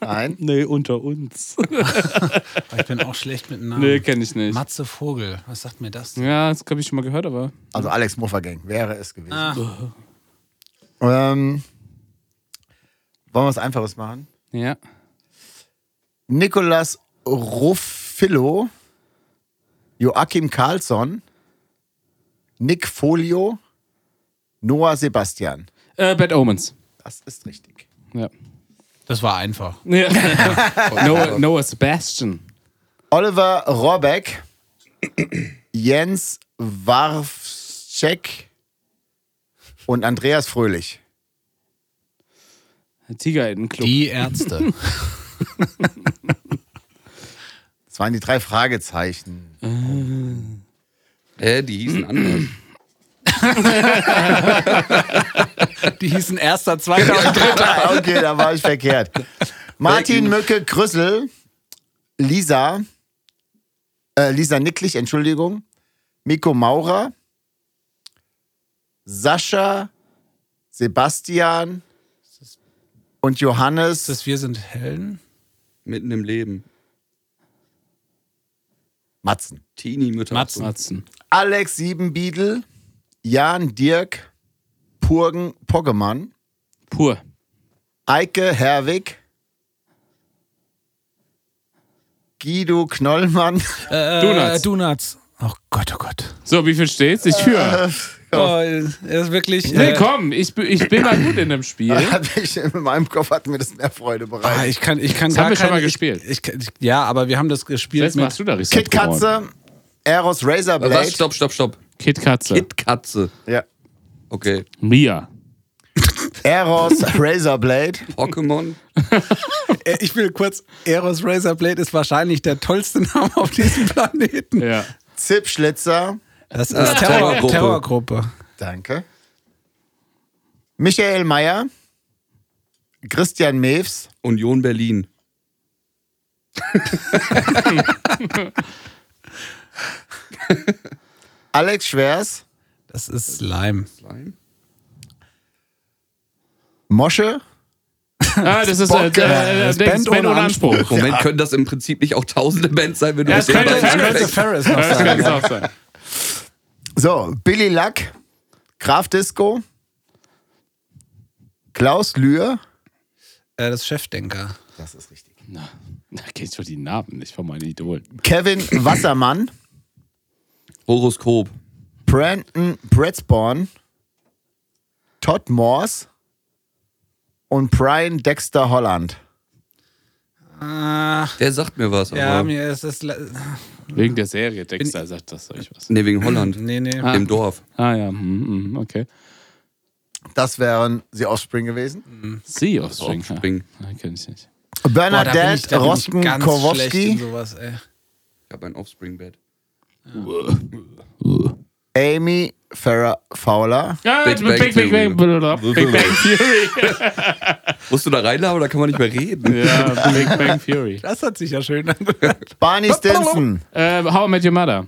[SPEAKER 2] Nein.
[SPEAKER 3] Nee, unter uns.
[SPEAKER 4] Aber ich bin auch schlecht mit Namen.
[SPEAKER 3] nee, kenne ich nicht.
[SPEAKER 4] Matze Vogel, was sagt mir das?
[SPEAKER 3] Ja, das habe ich schon mal gehört, aber.
[SPEAKER 2] Also Alex Muffergang wäre es gewesen.
[SPEAKER 4] Ah.
[SPEAKER 2] Ähm, wollen wir was Einfaches machen?
[SPEAKER 3] Ja.
[SPEAKER 2] Nicolas Ruffillo, Joachim Karlsson, Nick Folio, Noah Sebastian.
[SPEAKER 3] Äh, Bad Omens.
[SPEAKER 2] Das ist richtig.
[SPEAKER 3] Ja.
[SPEAKER 4] Das war einfach.
[SPEAKER 3] ja.
[SPEAKER 4] Oh,
[SPEAKER 3] Noah, Noah Sebastian.
[SPEAKER 2] Oliver Rohrbeck, Jens Warfschek und Andreas Fröhlich.
[SPEAKER 3] Tiger in den Club.
[SPEAKER 4] Die Ärzte.
[SPEAKER 2] Das waren die drei Fragezeichen.
[SPEAKER 5] Äh, die hießen anders.
[SPEAKER 4] Die hießen erster, zweiter und dritter.
[SPEAKER 2] Ah, okay, da war ich verkehrt. Martin Mücke Krüssel, Lisa, äh, Lisa Nicklich, Entschuldigung, Miko Maurer, Sascha, Sebastian und Johannes.
[SPEAKER 4] Das Wir sind Helden.
[SPEAKER 5] Mitten im Leben.
[SPEAKER 2] Matzen.
[SPEAKER 5] Teenie-Mütter.
[SPEAKER 4] Matzen.
[SPEAKER 3] Matzen.
[SPEAKER 2] Alex Siebenbiedel, Jan Dirk, Purgen Poggemann,
[SPEAKER 3] Pur.
[SPEAKER 2] Eike Herwig, Guido Knollmann.
[SPEAKER 4] Äh,
[SPEAKER 3] Donuts.
[SPEAKER 4] Donuts. Oh Gott, oh Gott.
[SPEAKER 3] So, wie viel steht's? Ich führe.
[SPEAKER 4] Oh, er ist wirklich.
[SPEAKER 3] Nee,
[SPEAKER 4] Äh,
[SPEAKER 3] komm, ich, bin- ich bin mal gut in dem Spiel.
[SPEAKER 2] Hab ich, in meinem Kopf hat mir das mehr Freude
[SPEAKER 4] ah,
[SPEAKER 2] bereitet.
[SPEAKER 4] ich kann, ich kann
[SPEAKER 3] Das
[SPEAKER 4] gar
[SPEAKER 3] haben wir schon
[SPEAKER 4] keine-
[SPEAKER 3] mal gespielt.
[SPEAKER 4] Ich, ich, kann- ich, ja, aber wir haben das gespielt
[SPEAKER 3] Jetzt
[SPEAKER 4] mit
[SPEAKER 3] machst du da richtig.
[SPEAKER 2] Kit Katze, Eros
[SPEAKER 5] Was?
[SPEAKER 2] Razorblade.
[SPEAKER 5] Stopp, stopp, stopp.
[SPEAKER 3] Kit Katze.
[SPEAKER 5] Kit-Katze.
[SPEAKER 2] Ja.
[SPEAKER 5] Okay.
[SPEAKER 3] Mia.
[SPEAKER 2] Eros Razorblade.
[SPEAKER 5] Pokémon.
[SPEAKER 4] Äh, Ich will kurz, Eros Razorblade ist wahrscheinlich der tollste Name auf diesem Planeten.
[SPEAKER 3] Ja.
[SPEAKER 2] Zipschlitzer.
[SPEAKER 4] Das ist
[SPEAKER 5] Ah,
[SPEAKER 4] Terrorgruppe.
[SPEAKER 5] Terrorgruppe.
[SPEAKER 4] Terrorgruppe.
[SPEAKER 2] Danke. Michael Mayer. Christian Mews.
[SPEAKER 5] Union Berlin.
[SPEAKER 2] Alex Schwers.
[SPEAKER 4] Das ist Slime.
[SPEAKER 5] Slime?
[SPEAKER 2] Mosche.
[SPEAKER 3] Ah, das ist äh,
[SPEAKER 2] Bock,
[SPEAKER 3] äh, äh,
[SPEAKER 4] das
[SPEAKER 3] Dings,
[SPEAKER 4] Band
[SPEAKER 3] Band ohne
[SPEAKER 4] ohne
[SPEAKER 3] Anspruch.
[SPEAKER 5] Moment, können das im Prinzip nicht auch tausende Bands sein, wenn du
[SPEAKER 3] Ja,
[SPEAKER 5] mit
[SPEAKER 3] es
[SPEAKER 5] den
[SPEAKER 3] könnte-
[SPEAKER 5] beiden
[SPEAKER 3] es könnte-
[SPEAKER 5] anfängst?
[SPEAKER 4] Ferris noch
[SPEAKER 3] Ja, Das kann
[SPEAKER 4] sagen.
[SPEAKER 3] es auch sein.
[SPEAKER 2] So, Billy Luck. Graf Disco. Klaus Lühr.
[SPEAKER 4] Äh, Das Chefdenker.
[SPEAKER 2] Das ist richtig.
[SPEAKER 3] Na, da kennst du die Namen nicht von meinen Idolen.
[SPEAKER 2] Kevin Wassermann.
[SPEAKER 5] Horoskop.
[SPEAKER 2] Brandon Bredsborn, Todd Morse und Brian Dexter Holland.
[SPEAKER 4] Ach,
[SPEAKER 5] Der sagt mir was.
[SPEAKER 4] ja,
[SPEAKER 5] aber-
[SPEAKER 4] mir ist das. la-
[SPEAKER 3] Wegen der Serie, Dexter sagt das euch was.
[SPEAKER 5] Nee, wegen Holland.
[SPEAKER 4] Nee, nee.
[SPEAKER 5] Im Dorf.
[SPEAKER 3] Mhm. Ah ja, hm, hm, okay.
[SPEAKER 2] Das wären The Offspring gewesen.
[SPEAKER 3] Sea Offspring.
[SPEAKER 5] Offspring.
[SPEAKER 3] Ja. Nein, kenn ich nicht.
[SPEAKER 4] Boah, da bin ich-
[SPEAKER 2] Bernadette
[SPEAKER 4] da bin ich
[SPEAKER 2] Rosten
[SPEAKER 4] ganz schlecht
[SPEAKER 2] Kowalski,
[SPEAKER 4] in sowas, ey.
[SPEAKER 5] Ich habe ein Offspring-Bett.
[SPEAKER 2] Amy Farrah Fowler.
[SPEAKER 3] Ja,
[SPEAKER 5] Big Bang
[SPEAKER 3] Big, Big,
[SPEAKER 5] Theory.
[SPEAKER 3] Bang, blablabla. Big Bang Theory.
[SPEAKER 5] Musst du da reinladen oder kann man nicht mehr reden?
[SPEAKER 3] ja, Big Bang Theory.
[SPEAKER 4] Das hat sich ja schön angehört.
[SPEAKER 2] Barney Stinson.
[SPEAKER 3] Äh, How I Met Your Mother.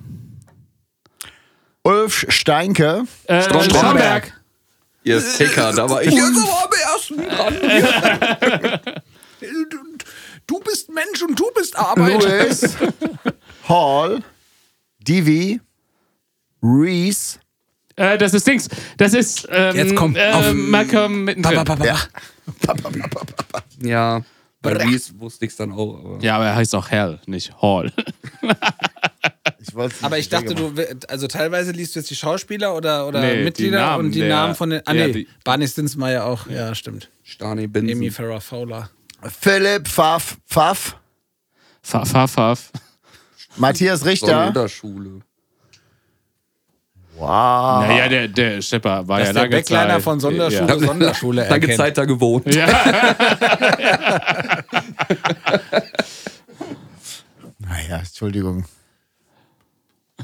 [SPEAKER 2] Ulf Steinke.
[SPEAKER 3] Äh,
[SPEAKER 5] Stromberg.
[SPEAKER 3] Stromberg.
[SPEAKER 5] Ihr Ticker, da war ich. Jetzt aber am ersten dran.
[SPEAKER 4] Du bist Mensch und du bist Arbeit.
[SPEAKER 2] Lewis, Hall, Divi, Reese.
[SPEAKER 3] Äh, das ist Dings. Das ist ähm,
[SPEAKER 4] Jetzt komm,
[SPEAKER 3] äh,
[SPEAKER 4] auf.
[SPEAKER 3] Malcolm mittendrin.
[SPEAKER 4] Ba, ba, ba, ba.
[SPEAKER 2] Ja.
[SPEAKER 5] Ja, bei Reese wusste ich es dann auch. Aber.
[SPEAKER 3] Ja, aber er heißt auch Hell, nicht Hall.
[SPEAKER 2] Ich weiß,
[SPEAKER 4] Aber ich dachte, du, wi- also teilweise liest du jetzt die Schauspieler oder, oder
[SPEAKER 3] Nee, die
[SPEAKER 4] Mitglieder
[SPEAKER 3] Namen
[SPEAKER 4] und die
[SPEAKER 3] der-
[SPEAKER 4] Namen von den. Ah,
[SPEAKER 3] ja,
[SPEAKER 4] nee,
[SPEAKER 3] die-
[SPEAKER 4] Barney Stinson war ja auch. Ja, stimmt.
[SPEAKER 5] Stani
[SPEAKER 4] Amy
[SPEAKER 5] Benson.
[SPEAKER 4] Farrah Fowler.
[SPEAKER 2] Philipp Pfaff, Pfaff,
[SPEAKER 3] Faff, faff, faff.
[SPEAKER 2] Matthias Richter.
[SPEAKER 5] Sonderschule.
[SPEAKER 2] Wow.
[SPEAKER 3] Naja, der, der Schepper war
[SPEAKER 4] Ah. Das
[SPEAKER 3] ja
[SPEAKER 4] ist der
[SPEAKER 3] lange
[SPEAKER 4] Backliner
[SPEAKER 3] Zeit.
[SPEAKER 4] von Sonderschule,
[SPEAKER 3] Ja.
[SPEAKER 4] Sonderschule
[SPEAKER 5] Lange
[SPEAKER 4] erkennt.
[SPEAKER 5] Zeit da gewohnt.
[SPEAKER 2] Naja, Entschuldigung.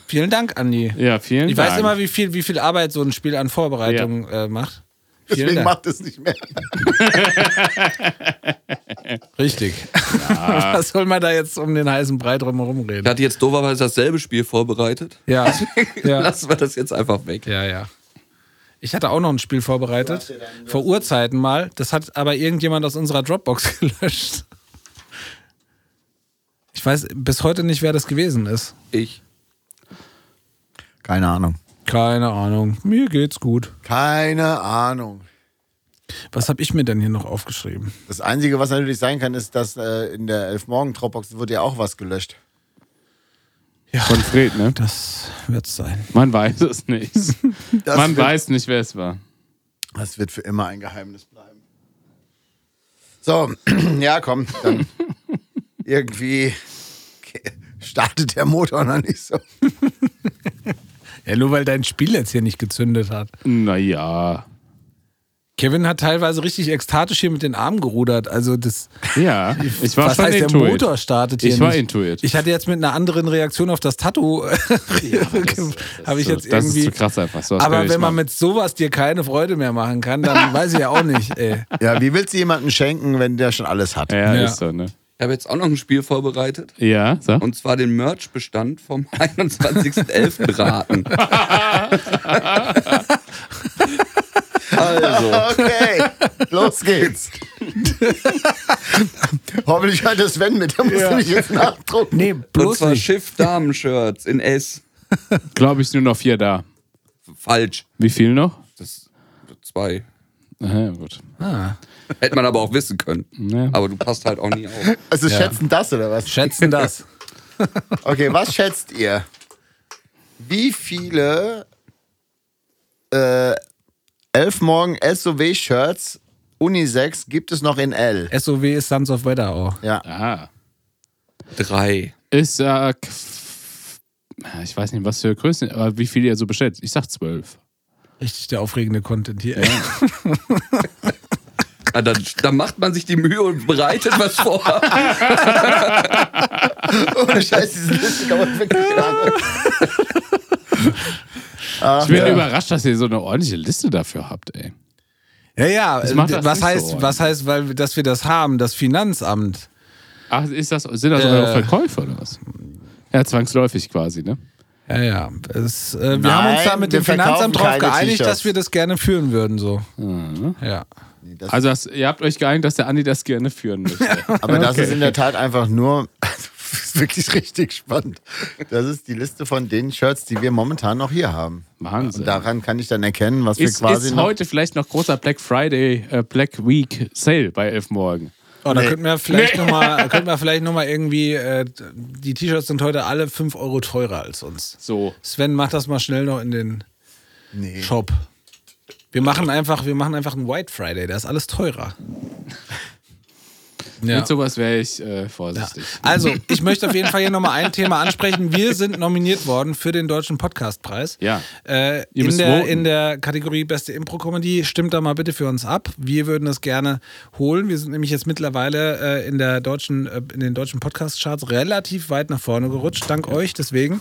[SPEAKER 4] Vielen Dank, Andi.
[SPEAKER 3] Ja, vielen
[SPEAKER 4] Ich
[SPEAKER 3] Dank.
[SPEAKER 4] weiß immer, wie viel, wie viel Arbeit so ein Spiel an Vorbereitung äh, macht. Vielen
[SPEAKER 2] Deswegen
[SPEAKER 4] Dank.
[SPEAKER 2] macht es nicht mehr.
[SPEAKER 4] Richtig. Was soll man da jetzt um den heißen Brei drum herum
[SPEAKER 5] Ich
[SPEAKER 4] reden?
[SPEAKER 5] hatte jetzt dooferweise dasselbe Spiel vorbereitet.
[SPEAKER 4] Ja. ja.
[SPEAKER 5] Lassen wir das jetzt einfach weg.
[SPEAKER 4] Ja, ja. Ich hatte auch noch ein Spiel vorbereitet. Vor Urzeiten mal. Das hat aber irgendjemand aus unserer Dropbox gelöscht. Ich weiß bis heute nicht, wer das gewesen ist.
[SPEAKER 5] Ich.
[SPEAKER 2] Keine Ahnung.
[SPEAKER 4] Keine Ahnung. Mir geht's gut.
[SPEAKER 2] Keine Ahnung.
[SPEAKER 4] Was habe ich mir denn hier noch aufgeschrieben?
[SPEAKER 2] Das Einzige, was natürlich sein kann, ist, dass äh, in der Elf-Morgen-Dropbox wird ja auch was gelöscht.
[SPEAKER 3] Von Fred, ne?
[SPEAKER 4] Das wird's sein.
[SPEAKER 3] Man weiß es nicht.
[SPEAKER 2] Das
[SPEAKER 3] Man
[SPEAKER 2] wird,
[SPEAKER 3] weiß nicht, wer es war.
[SPEAKER 2] Das wird für immer ein Geheimnis bleiben. So, ja, komm, dann irgendwie startet der Motor noch nicht so.
[SPEAKER 4] Ja, nur weil dein Spiel jetzt hier nicht gezündet hat.
[SPEAKER 3] Naja.
[SPEAKER 4] Kevin hat teilweise richtig ekstatisch hier mit den Armen gerudert. Also das.
[SPEAKER 3] Ja, ich war
[SPEAKER 4] was
[SPEAKER 3] schon
[SPEAKER 4] heißt, der
[SPEAKER 3] intuit.
[SPEAKER 4] Motor startet hier
[SPEAKER 3] Ich war
[SPEAKER 4] nicht.
[SPEAKER 3] intuit.
[SPEAKER 4] Ich hatte jetzt mit einer anderen Reaktion auf das Tattoo. Habe ich
[SPEAKER 3] so,
[SPEAKER 4] jetzt
[SPEAKER 3] das ist
[SPEAKER 4] irgendwie.
[SPEAKER 3] zu krass einfach. Sowas kann
[SPEAKER 4] Aber
[SPEAKER 3] ich
[SPEAKER 4] wenn man
[SPEAKER 3] machen.
[SPEAKER 4] mit sowas dir keine Freude mehr machen kann, dann weiß ich ja auch nicht. Ey.
[SPEAKER 2] Ja, wie willst du jemanden schenken, wenn der schon alles hat?
[SPEAKER 3] Ja,
[SPEAKER 4] Ja.
[SPEAKER 3] ist so, ne?
[SPEAKER 5] Ich habe jetzt auch noch ein Spiel vorbereitet.
[SPEAKER 3] Ja, so.
[SPEAKER 5] Und zwar den Merch-Bestand vom 21.11. raten. also,
[SPEAKER 2] Okay, los geht's. Hoffentlich hört das Sven mit, der muss nämlich jetzt nachdrucken.
[SPEAKER 4] Nee,
[SPEAKER 5] und
[SPEAKER 4] bloß
[SPEAKER 5] zwar
[SPEAKER 4] nicht.
[SPEAKER 5] Schiff-Damen-Shirts in S.
[SPEAKER 3] Glaube ich, nur noch vier da.
[SPEAKER 5] Falsch.
[SPEAKER 3] Wie viel noch?
[SPEAKER 5] Das zwei.
[SPEAKER 3] Aha, gut.
[SPEAKER 5] Hätte man aber auch wissen können.
[SPEAKER 3] Ja.
[SPEAKER 5] Aber du passt halt auch nie auf.
[SPEAKER 2] Also schätzen das oder was?
[SPEAKER 4] Schätzen das.
[SPEAKER 2] Okay, was schätzt ihr? Wie viele äh, elf morgen SOW-Shirts Unisex gibt es noch in L?
[SPEAKER 4] SOW ist Sons of Wetterau.
[SPEAKER 2] Ja.
[SPEAKER 3] Ah.
[SPEAKER 5] Drei.
[SPEAKER 3] Ich sag. Ja, Ich weiß nicht, was für Größen, aber wie viel ihr so bestellt. Ich sag zwölf.
[SPEAKER 4] Richtig der aufregende Content hier. ey.
[SPEAKER 5] Ah, Dann, dann macht man sich die Mühe und bereitet was vor.
[SPEAKER 2] Ohne Scheiß, diese Liste dauert wirklich lange.
[SPEAKER 3] Ich bin überrascht, dass ihr so eine ordentliche Liste dafür habt, ey.
[SPEAKER 4] Ja, ja. äh,
[SPEAKER 3] macht das
[SPEAKER 4] Was
[SPEAKER 3] nicht
[SPEAKER 4] heißt,
[SPEAKER 3] so
[SPEAKER 4] was heißt, weil, wir- dass wir das haben? Das Finanzamt.
[SPEAKER 3] Ach, ist das, sind das eure Verkäufe oder was? Ja, zwangsläufig quasi, ne?
[SPEAKER 4] Ja, ja. Es, äh, wir
[SPEAKER 2] Nein,
[SPEAKER 4] haben uns da mit
[SPEAKER 2] wir
[SPEAKER 4] dem Finanzamt
[SPEAKER 2] verkaufen keine
[SPEAKER 4] drauf geeinigt,
[SPEAKER 2] T-Shirts. Mhm.
[SPEAKER 4] dass wir das gerne führen würden, so. Ja.
[SPEAKER 3] Also das, ihr habt euch geeinigt, dass der Andi das gerne führen möchte.
[SPEAKER 2] Aber das ist in der Tat einfach nur. Das ist wirklich richtig spannend. Das ist die Liste von den Shirts, die wir momentan noch hier haben.
[SPEAKER 3] Wahnsinn.
[SPEAKER 2] Und daran kann ich dann erkennen, was wir
[SPEAKER 3] ist,
[SPEAKER 2] quasi
[SPEAKER 3] ist
[SPEAKER 2] noch.
[SPEAKER 3] heute vielleicht noch großer Black Friday, äh, Black Week Sale bei Elf Morgen.
[SPEAKER 4] Oh, da könnten wir vielleicht noch nochmal, könnten wir vielleicht noch mal irgendwie, äh, die T-Shirts sind heute alle 5 Euro teurer als uns.
[SPEAKER 3] So.
[SPEAKER 4] Sven, mach das mal schnell noch in den Shop. Wir machen einfach, wir machen einfach einen White Friday, da ist alles teurer. Ja.
[SPEAKER 3] Mit sowas wäre ich äh, vorsichtig.
[SPEAKER 4] Also, ich möchte auf jeden Fall hier nochmal ein Thema ansprechen. Wir sind nominiert worden für den Deutschen Podcastpreis.
[SPEAKER 3] Ja.
[SPEAKER 4] Äh, in,
[SPEAKER 3] müsst
[SPEAKER 4] der,
[SPEAKER 3] voten.
[SPEAKER 4] in der Kategorie Beste Impro-Comedy. Stimmt da mal bitte für uns ab. Wir würden das gerne holen. Wir sind nämlich jetzt mittlerweile äh, in, der deutschen, äh, in den deutschen Podcast-Charts relativ weit nach vorne gerutscht. Dank euch deswegen.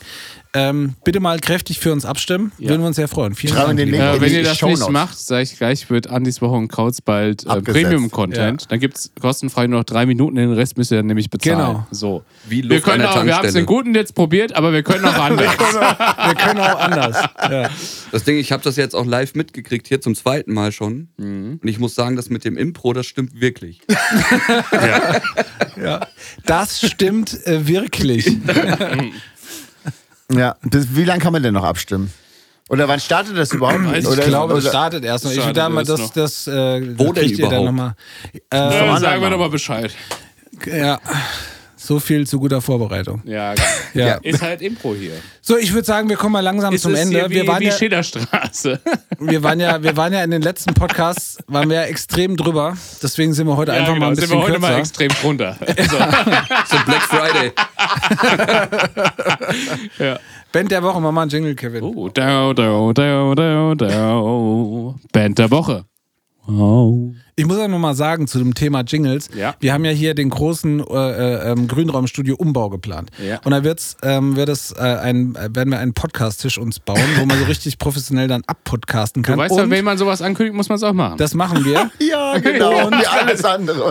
[SPEAKER 4] Ähm, bitte mal kräftig für uns abstimmen. Würden wir uns sehr freuen. Vielen
[SPEAKER 2] Schreiben
[SPEAKER 4] Dank.
[SPEAKER 2] den
[SPEAKER 4] liebe
[SPEAKER 2] Link
[SPEAKER 3] Äh,
[SPEAKER 2] in
[SPEAKER 3] wenn
[SPEAKER 2] die
[SPEAKER 3] ihr das
[SPEAKER 2] Shownotes.
[SPEAKER 3] nicht macht, sage ich gleich, wird Andis Woche und Kautz bald äh,
[SPEAKER 2] Abgesetzt.
[SPEAKER 3] Premium-Content.
[SPEAKER 4] Ja.
[SPEAKER 3] Dann gibt es kostenfrei nur noch drei Minuten, den Rest müsst ihr dann nämlich bezahlen.
[SPEAKER 4] Genau.
[SPEAKER 3] So.
[SPEAKER 5] Wie Luft
[SPEAKER 3] wir können
[SPEAKER 5] an der
[SPEAKER 3] auch, wir haben es
[SPEAKER 5] Tankstelle.
[SPEAKER 3] den guten jetzt probiert, aber wir können auch anders.
[SPEAKER 4] Wir können auch anders. Ja.
[SPEAKER 5] Das Ding, ich habe das jetzt auch live mitgekriegt, hier zum zweiten Mal schon. Und ich muss sagen, das mit dem Impro, das stimmt wirklich.
[SPEAKER 4] Das stimmt äh, wirklich.
[SPEAKER 2] Ja, bis, wie lange kann man denn noch abstimmen? Oder wann startet das überhaupt?
[SPEAKER 3] Ich
[SPEAKER 2] oder,
[SPEAKER 4] Also Ich glaube, das
[SPEAKER 2] oder-
[SPEAKER 4] startet erst noch. Ich will
[SPEAKER 3] Startet
[SPEAKER 4] da mal das,
[SPEAKER 3] erst
[SPEAKER 4] das, äh,
[SPEAKER 5] Wo
[SPEAKER 4] das
[SPEAKER 5] denn
[SPEAKER 4] kriegt ihr dann
[SPEAKER 5] überhaupt?
[SPEAKER 4] nochmal.
[SPEAKER 2] Vom
[SPEAKER 4] Äh,
[SPEAKER 2] anderen
[SPEAKER 3] sagen wir
[SPEAKER 2] Mal.
[SPEAKER 3] doch mal Bescheid.
[SPEAKER 4] ja, so viel zu guter Vorbereitung.
[SPEAKER 3] Ja,
[SPEAKER 4] Ja.
[SPEAKER 3] Ist halt Impro hier.
[SPEAKER 4] So, ich würde sagen, wir kommen mal langsam
[SPEAKER 3] Ist
[SPEAKER 4] zum
[SPEAKER 3] es
[SPEAKER 4] Ende.
[SPEAKER 3] hier wie,
[SPEAKER 4] Wir waren,
[SPEAKER 3] wie
[SPEAKER 4] ja,
[SPEAKER 3] Schillerstraße.
[SPEAKER 4] wir, waren ja, wir waren ja in den letzten Podcasts, waren wir ja extrem drüber. Deswegen sind wir heute einfach mal
[SPEAKER 3] Genau,
[SPEAKER 4] ein
[SPEAKER 3] sind
[SPEAKER 4] bisschen
[SPEAKER 3] wir heute mal
[SPEAKER 4] kürzer.
[SPEAKER 3] extrem runter. So,
[SPEAKER 5] So Black Friday.
[SPEAKER 3] ja.
[SPEAKER 4] Band der Woche, mach mal einen Jingle, Kevin.
[SPEAKER 3] Oh, da, da, da, da, da. Band der Woche. Wow.
[SPEAKER 4] Ich muss auch nochmal sagen zu dem Thema Jingles.
[SPEAKER 3] Ja.
[SPEAKER 4] Wir haben ja hier den großen äh, äh, ähm, Grünraumstudio-Umbau geplant.
[SPEAKER 3] Ja.
[SPEAKER 4] Und da wird's, ähm, wird es, äh, ein, äh, werden wir einen Podcast-Tisch uns bauen, wo man so richtig professionell dann abpodcasten kann.
[SPEAKER 3] Du weißt ja,
[SPEAKER 4] Und
[SPEAKER 3] wenn man sowas ankündigt, muss man es auch machen.
[SPEAKER 4] das machen wir.
[SPEAKER 2] Ja, genau. Und wie alles andere.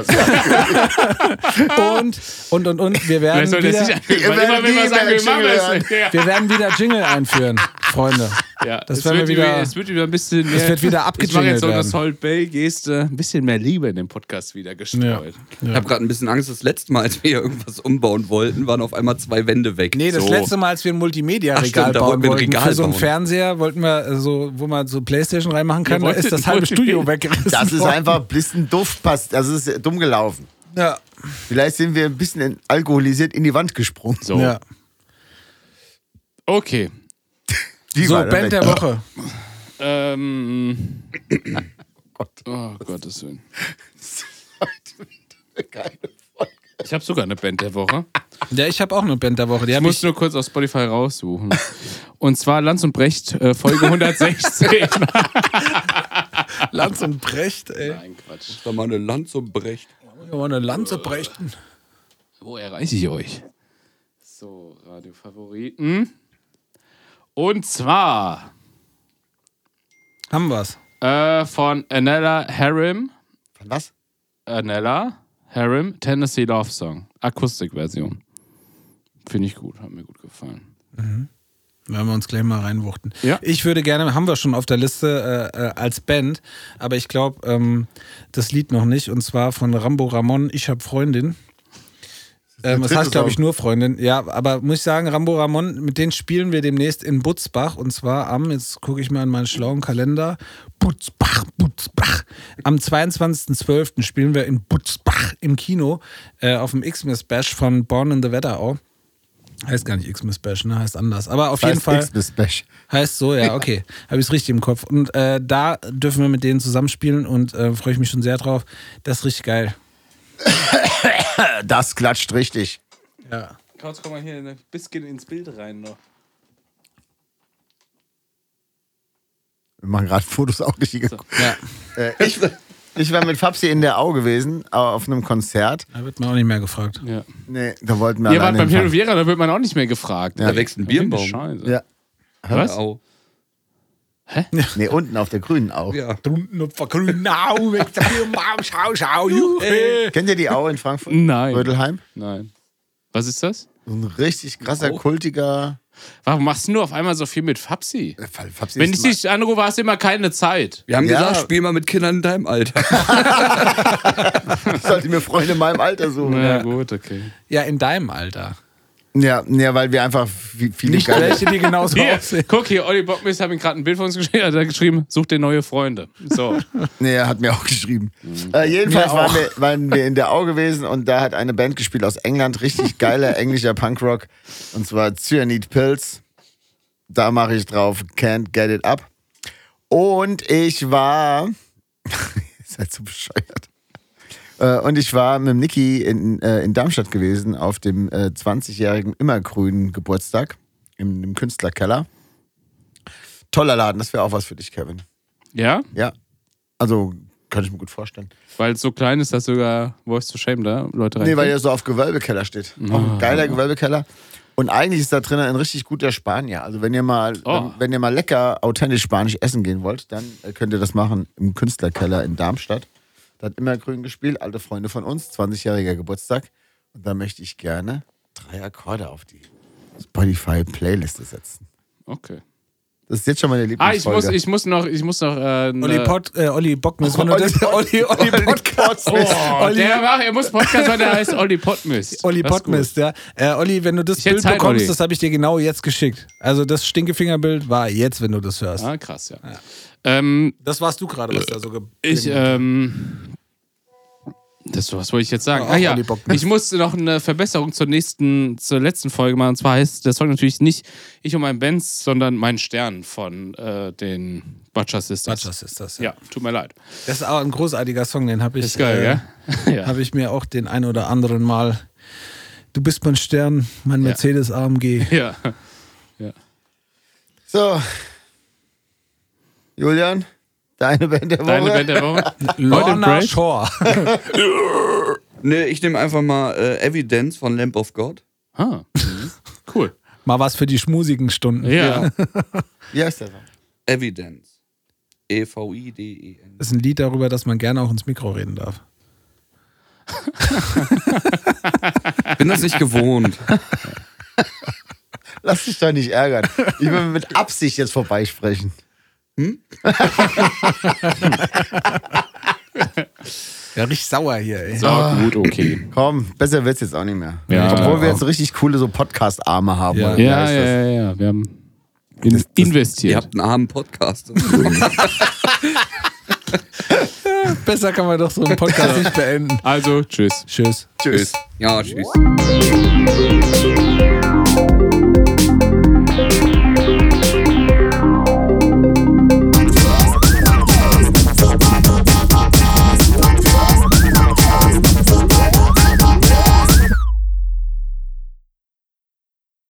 [SPEAKER 4] und, und, und, und, wir werden,
[SPEAKER 3] Vielleicht sollte er es nicht ankündigen,
[SPEAKER 4] wieder,
[SPEAKER 3] weil
[SPEAKER 2] Ähm, Wir
[SPEAKER 3] immer wenn
[SPEAKER 2] werden
[SPEAKER 3] man es
[SPEAKER 2] nie
[SPEAKER 3] ankündigt, machen wir
[SPEAKER 2] Jingle
[SPEAKER 3] es nicht.
[SPEAKER 4] wir werden wieder Jingle einführen, Freunde.
[SPEAKER 3] Ja,
[SPEAKER 4] das
[SPEAKER 3] es
[SPEAKER 4] werden wir
[SPEAKER 3] wird
[SPEAKER 4] wieder-
[SPEAKER 3] Es wird wieder ein bisschen mehr.
[SPEAKER 4] wird wieder
[SPEAKER 3] Ich mache
[SPEAKER 4] abgejingelt
[SPEAKER 3] jetzt so eine
[SPEAKER 4] werden.
[SPEAKER 3] Salt Bay-Geste. Ein bisschen mehr Liebe in den Podcast wieder gestreut.
[SPEAKER 5] Ich habe gerade ein bisschen Angst, das letzte Mal, als wir hier irgendwas umbauen wollten, waren auf einmal zwei Wände weg.
[SPEAKER 4] Nee, das
[SPEAKER 5] so.
[SPEAKER 4] letzte Mal, als wir ein
[SPEAKER 5] Ach, stimmt,
[SPEAKER 4] Multimedia-Regal
[SPEAKER 5] da
[SPEAKER 4] bauen
[SPEAKER 5] wollten wir ein
[SPEAKER 4] wollten,
[SPEAKER 5] Regal
[SPEAKER 4] für so einen
[SPEAKER 5] bauen.
[SPEAKER 4] Fernseher wollten wir äh, so, wo man so Playstation reinmachen kann, da
[SPEAKER 3] wollten
[SPEAKER 4] ist das halbe
[SPEAKER 3] Multimedia-
[SPEAKER 4] Studio weggerissen.
[SPEAKER 2] Das ist
[SPEAKER 4] worden.
[SPEAKER 2] einfach ein bisschen doof passt. Das ist dumm gelaufen.
[SPEAKER 4] Ja.
[SPEAKER 2] Vielleicht sind wir ein bisschen in- alkoholisiert in die Wand gesprungen.
[SPEAKER 3] So,
[SPEAKER 4] ja.
[SPEAKER 3] okay.
[SPEAKER 2] Die
[SPEAKER 4] So,
[SPEAKER 2] war dann weg.
[SPEAKER 4] Band der Woche.
[SPEAKER 3] Ähm. Oh Gottes Willen.
[SPEAKER 2] Geil.
[SPEAKER 3] Ich habe sogar eine Band der Woche.
[SPEAKER 4] Ja, ich habe auch eine Band der Woche. Die
[SPEAKER 3] Ich
[SPEAKER 4] hab
[SPEAKER 3] muss
[SPEAKER 4] ich,
[SPEAKER 3] nur kurz auf Spotify raussuchen. Und zwar Lanz und Brecht, äh, Folge 116.
[SPEAKER 4] Lanz und Brecht, ey.
[SPEAKER 3] Nein, Quatsch.
[SPEAKER 5] Da mal eine Lanze brecht.
[SPEAKER 4] Ich hab eine Lanze brechten.
[SPEAKER 3] Wo erreiche ich euch? So, Radiofavoriten. Und zwar
[SPEAKER 4] Haben wir's.
[SPEAKER 3] Äh, von Anella Harim.
[SPEAKER 2] Was?
[SPEAKER 3] Anella Harim, Tennessee Love Song. Akustikversion. Finde ich gut, hat mir gut gefallen.
[SPEAKER 4] Werden wir uns gleich mal reinwuchten.
[SPEAKER 3] Ja.
[SPEAKER 4] Ich würde gerne, haben wir schon auf der Liste äh, äh, als Band, aber ich glaube, ähm, das Lied noch nicht. Und zwar von Rambo Ramon, Ich hab Freundin. Ähm, es
[SPEAKER 2] dritte
[SPEAKER 4] heißt, glaube ich,
[SPEAKER 2] Song.
[SPEAKER 4] nur Freundin. Ja, aber muss ich sagen, Rambo Ramon, mit denen spielen wir demnächst in Butzbach. Und zwar am, jetzt gucke ich mal in meinen schlauen Kalender, Butzbach, Butzbach. Am 22.12. spielen wir in Butzbach im Kino äh, auf dem Xmas Bash von Born in the Wetterau. Heißt gar nicht Xmas Bash, ne? Heißt anders. Aber auf jeden Fall.
[SPEAKER 2] X-Bash.
[SPEAKER 4] Heißt so, ja, okay. Habe ich es richtig im Kopf. Und äh, da dürfen wir mit denen zusammenspielen und äh, freue ich mich schon sehr drauf. Das ist richtig geil.
[SPEAKER 2] Das klatscht richtig.
[SPEAKER 4] Ja.
[SPEAKER 3] Kautz, komm mal hier ein bisschen ins Bild rein noch.
[SPEAKER 2] Wir machen gerade Fotos auch richtig.
[SPEAKER 4] ja.
[SPEAKER 2] Äh, ich, ich war mit Fabsi in der Au gewesen, äh, auf einem Konzert.
[SPEAKER 4] Da wird man auch nicht mehr gefragt.
[SPEAKER 3] Ja.
[SPEAKER 2] Nee, da wollten wir
[SPEAKER 3] Ihr wart
[SPEAKER 2] alleine
[SPEAKER 3] beim Hero
[SPEAKER 2] hinfahren.
[SPEAKER 3] Vera, da wird man auch nicht mehr gefragt.
[SPEAKER 5] Da wächst ein Birnbaum.
[SPEAKER 3] Scheiße.
[SPEAKER 2] Ja.
[SPEAKER 3] Was?
[SPEAKER 5] Au.
[SPEAKER 2] Nee, unten auf der grünen Au.
[SPEAKER 5] Ja.
[SPEAKER 4] Drunten auf der grünen Au, weg der Birnbaum, schau, schau, juhu.
[SPEAKER 2] Kennt ihr die Au in Frankfurt?
[SPEAKER 3] Nein.
[SPEAKER 2] Rödelheim?
[SPEAKER 3] Nein. Was ist das?
[SPEAKER 2] So ein richtig krasser, kultiger.
[SPEAKER 3] Warum machst du nur auf einmal so viel mit Fapsi?
[SPEAKER 2] Fabsi
[SPEAKER 3] Wenn
[SPEAKER 2] ist
[SPEAKER 3] ich dich anrufe, hast du immer keine Zeit.
[SPEAKER 5] Wir haben
[SPEAKER 2] Ja.
[SPEAKER 5] gesagt, spiel mal mit Kindern in deinem Alter.
[SPEAKER 2] Ich sollte mir Freunde in meinem Alter suchen.
[SPEAKER 3] Na
[SPEAKER 2] Ja,
[SPEAKER 3] gut, okay.
[SPEAKER 4] Ja, in deinem Alter.
[SPEAKER 2] ja, weil wir einfach vi- viele
[SPEAKER 4] Nicht
[SPEAKER 2] geile.
[SPEAKER 4] welche, die genauso
[SPEAKER 3] Hier,
[SPEAKER 4] aussehen.
[SPEAKER 3] guck hier, Olli Bockmist hat mir gerade ein Bild von uns geschrieben, hat er geschrieben, such dir neue Freunde. So.
[SPEAKER 2] Nee, er hat mir auch geschrieben. Äh, jedenfalls
[SPEAKER 4] Mir
[SPEAKER 2] waren
[SPEAKER 4] auch.
[SPEAKER 2] wir, waren wir in der Au gewesen und da hat eine Band gespielt aus England, richtig geiler englischer Punkrock. Und zwar Cyanide Pills. Da mache ich drauf Can't Get It Up. Und ich war. Ihr seid so bescheuert. Äh, Und ich war mit dem Niki in, äh, in Darmstadt gewesen auf dem äh, 20-jährigen immergrünen Geburtstag im, im Künstlerkeller. Toller Laden, das wäre auch was für dich, Kevin.
[SPEAKER 3] Ja?
[SPEAKER 2] Ja. Also, kann ich mir gut vorstellen.
[SPEAKER 3] Weil es so klein ist, dass sogar Voice to Shame da Leute rein.
[SPEAKER 2] Nee, weil der so auf Gewölbekeller steht.
[SPEAKER 3] Ah.
[SPEAKER 2] Auch ein geiler Gewölbekeller. Und eigentlich ist da drin ein richtig guter Spanier. Also wenn ihr mal,
[SPEAKER 3] Oh.
[SPEAKER 2] wenn, wenn ihr mal lecker authentisch Spanisch essen gehen wollt, dann äh, könnt ihr das machen im Künstlerkeller in Darmstadt. Da hat immer grün gespielt, alte Freunde von uns, 20-jähriger Geburtstag. Und da möchte ich gerne drei Akkorde auf die Spotify-Playliste setzen.
[SPEAKER 3] Okay.
[SPEAKER 2] Das ist jetzt schon meine
[SPEAKER 3] Ah, ich
[SPEAKER 2] Lieblingsfolge.
[SPEAKER 3] muss, ich muss noch, ich muss noch. Äh, ne-
[SPEAKER 4] Olli, Pod, äh, Olli Bockmus. Wenn du
[SPEAKER 2] Olli-
[SPEAKER 4] das, Olli, Olli,
[SPEAKER 2] Olli
[SPEAKER 4] Podcast.
[SPEAKER 2] Pottmist.
[SPEAKER 3] Oh,
[SPEAKER 4] Olli-
[SPEAKER 3] der macht, er muss Podcast, weil der heißt Olli Pottmist.
[SPEAKER 4] Olli
[SPEAKER 3] Das ist
[SPEAKER 4] Pottmist, ja. Äh, Olli, wenn du das
[SPEAKER 3] Ich hätte
[SPEAKER 4] Bild
[SPEAKER 3] Zeit,
[SPEAKER 4] bekommst,
[SPEAKER 3] Olli.
[SPEAKER 4] das habe ich dir genau jetzt geschickt. Also das Stinkefingerbild war jetzt, wenn du das
[SPEAKER 3] gut.
[SPEAKER 4] hörst.
[SPEAKER 3] Ah, krass, ja. Ähm,
[SPEAKER 4] Das warst du gerade, was da so ge
[SPEAKER 3] ich, ähm. Das, was wollte ich jetzt sagen?
[SPEAKER 4] Ja, auch
[SPEAKER 3] Ach ja,
[SPEAKER 4] Olli Pottmist.
[SPEAKER 3] ich musste noch eine Verbesserung zur nächsten, zur letzten Folge machen. Und zwar heißt der Song natürlich nicht Ich und mein Benz, sondern Mein Stern von äh, den Butcher Sisters.
[SPEAKER 4] Batschers ist das. Ja.
[SPEAKER 3] Ja, tut mir leid.
[SPEAKER 4] Das ist auch ein großartiger Song, den habe ich,
[SPEAKER 3] Ist geil,
[SPEAKER 4] äh,
[SPEAKER 3] gell? Ja.
[SPEAKER 4] habe ich mir auch den ein oder anderen Mal. Du bist mein Stern, mein Mercedes AMG.
[SPEAKER 3] ja.
[SPEAKER 2] so. Julian, deine Band der Woche.
[SPEAKER 3] Deine Band der Woche?
[SPEAKER 4] Lorna
[SPEAKER 3] Braid?
[SPEAKER 4] Shore.
[SPEAKER 5] Nee, ich nehme einfach mal äh, Evidence von Lamp of God.
[SPEAKER 3] Ah, mhm. cool.
[SPEAKER 4] Mal was für die schmusigen Stunden.
[SPEAKER 3] Ja.
[SPEAKER 2] Wie heißt der Song?
[SPEAKER 5] Evidence. E E-V-I-D-E-N.
[SPEAKER 4] Das ist ein Lied darüber, dass man gerne auch ins Mikro reden darf.
[SPEAKER 5] Bin das nicht gewohnt.
[SPEAKER 2] Lass dich doch nicht ärgern. Ich will mit Absicht jetzt vorbeisprechen.
[SPEAKER 4] Ja, richtig sauer hier, ey.
[SPEAKER 3] So, gut, okay.
[SPEAKER 2] Komm, besser wird's jetzt auch nicht mehr.
[SPEAKER 3] Ja.
[SPEAKER 2] Obwohl wir jetzt so richtig coole so Podcast-Arme haben.
[SPEAKER 4] Ja.
[SPEAKER 2] oder wie
[SPEAKER 3] Ja,
[SPEAKER 2] heißt
[SPEAKER 3] ja,
[SPEAKER 2] das?
[SPEAKER 3] ja, ja. Wir haben in,
[SPEAKER 5] Ihr
[SPEAKER 3] investiert.
[SPEAKER 5] habt einen armen Podcast.
[SPEAKER 4] Besser kann man doch so einen Podcast nicht beenden.
[SPEAKER 3] Also, tschüss.
[SPEAKER 4] Tschüss.
[SPEAKER 5] Tschüss. Ja, tschüss.
[SPEAKER 6] Thank you.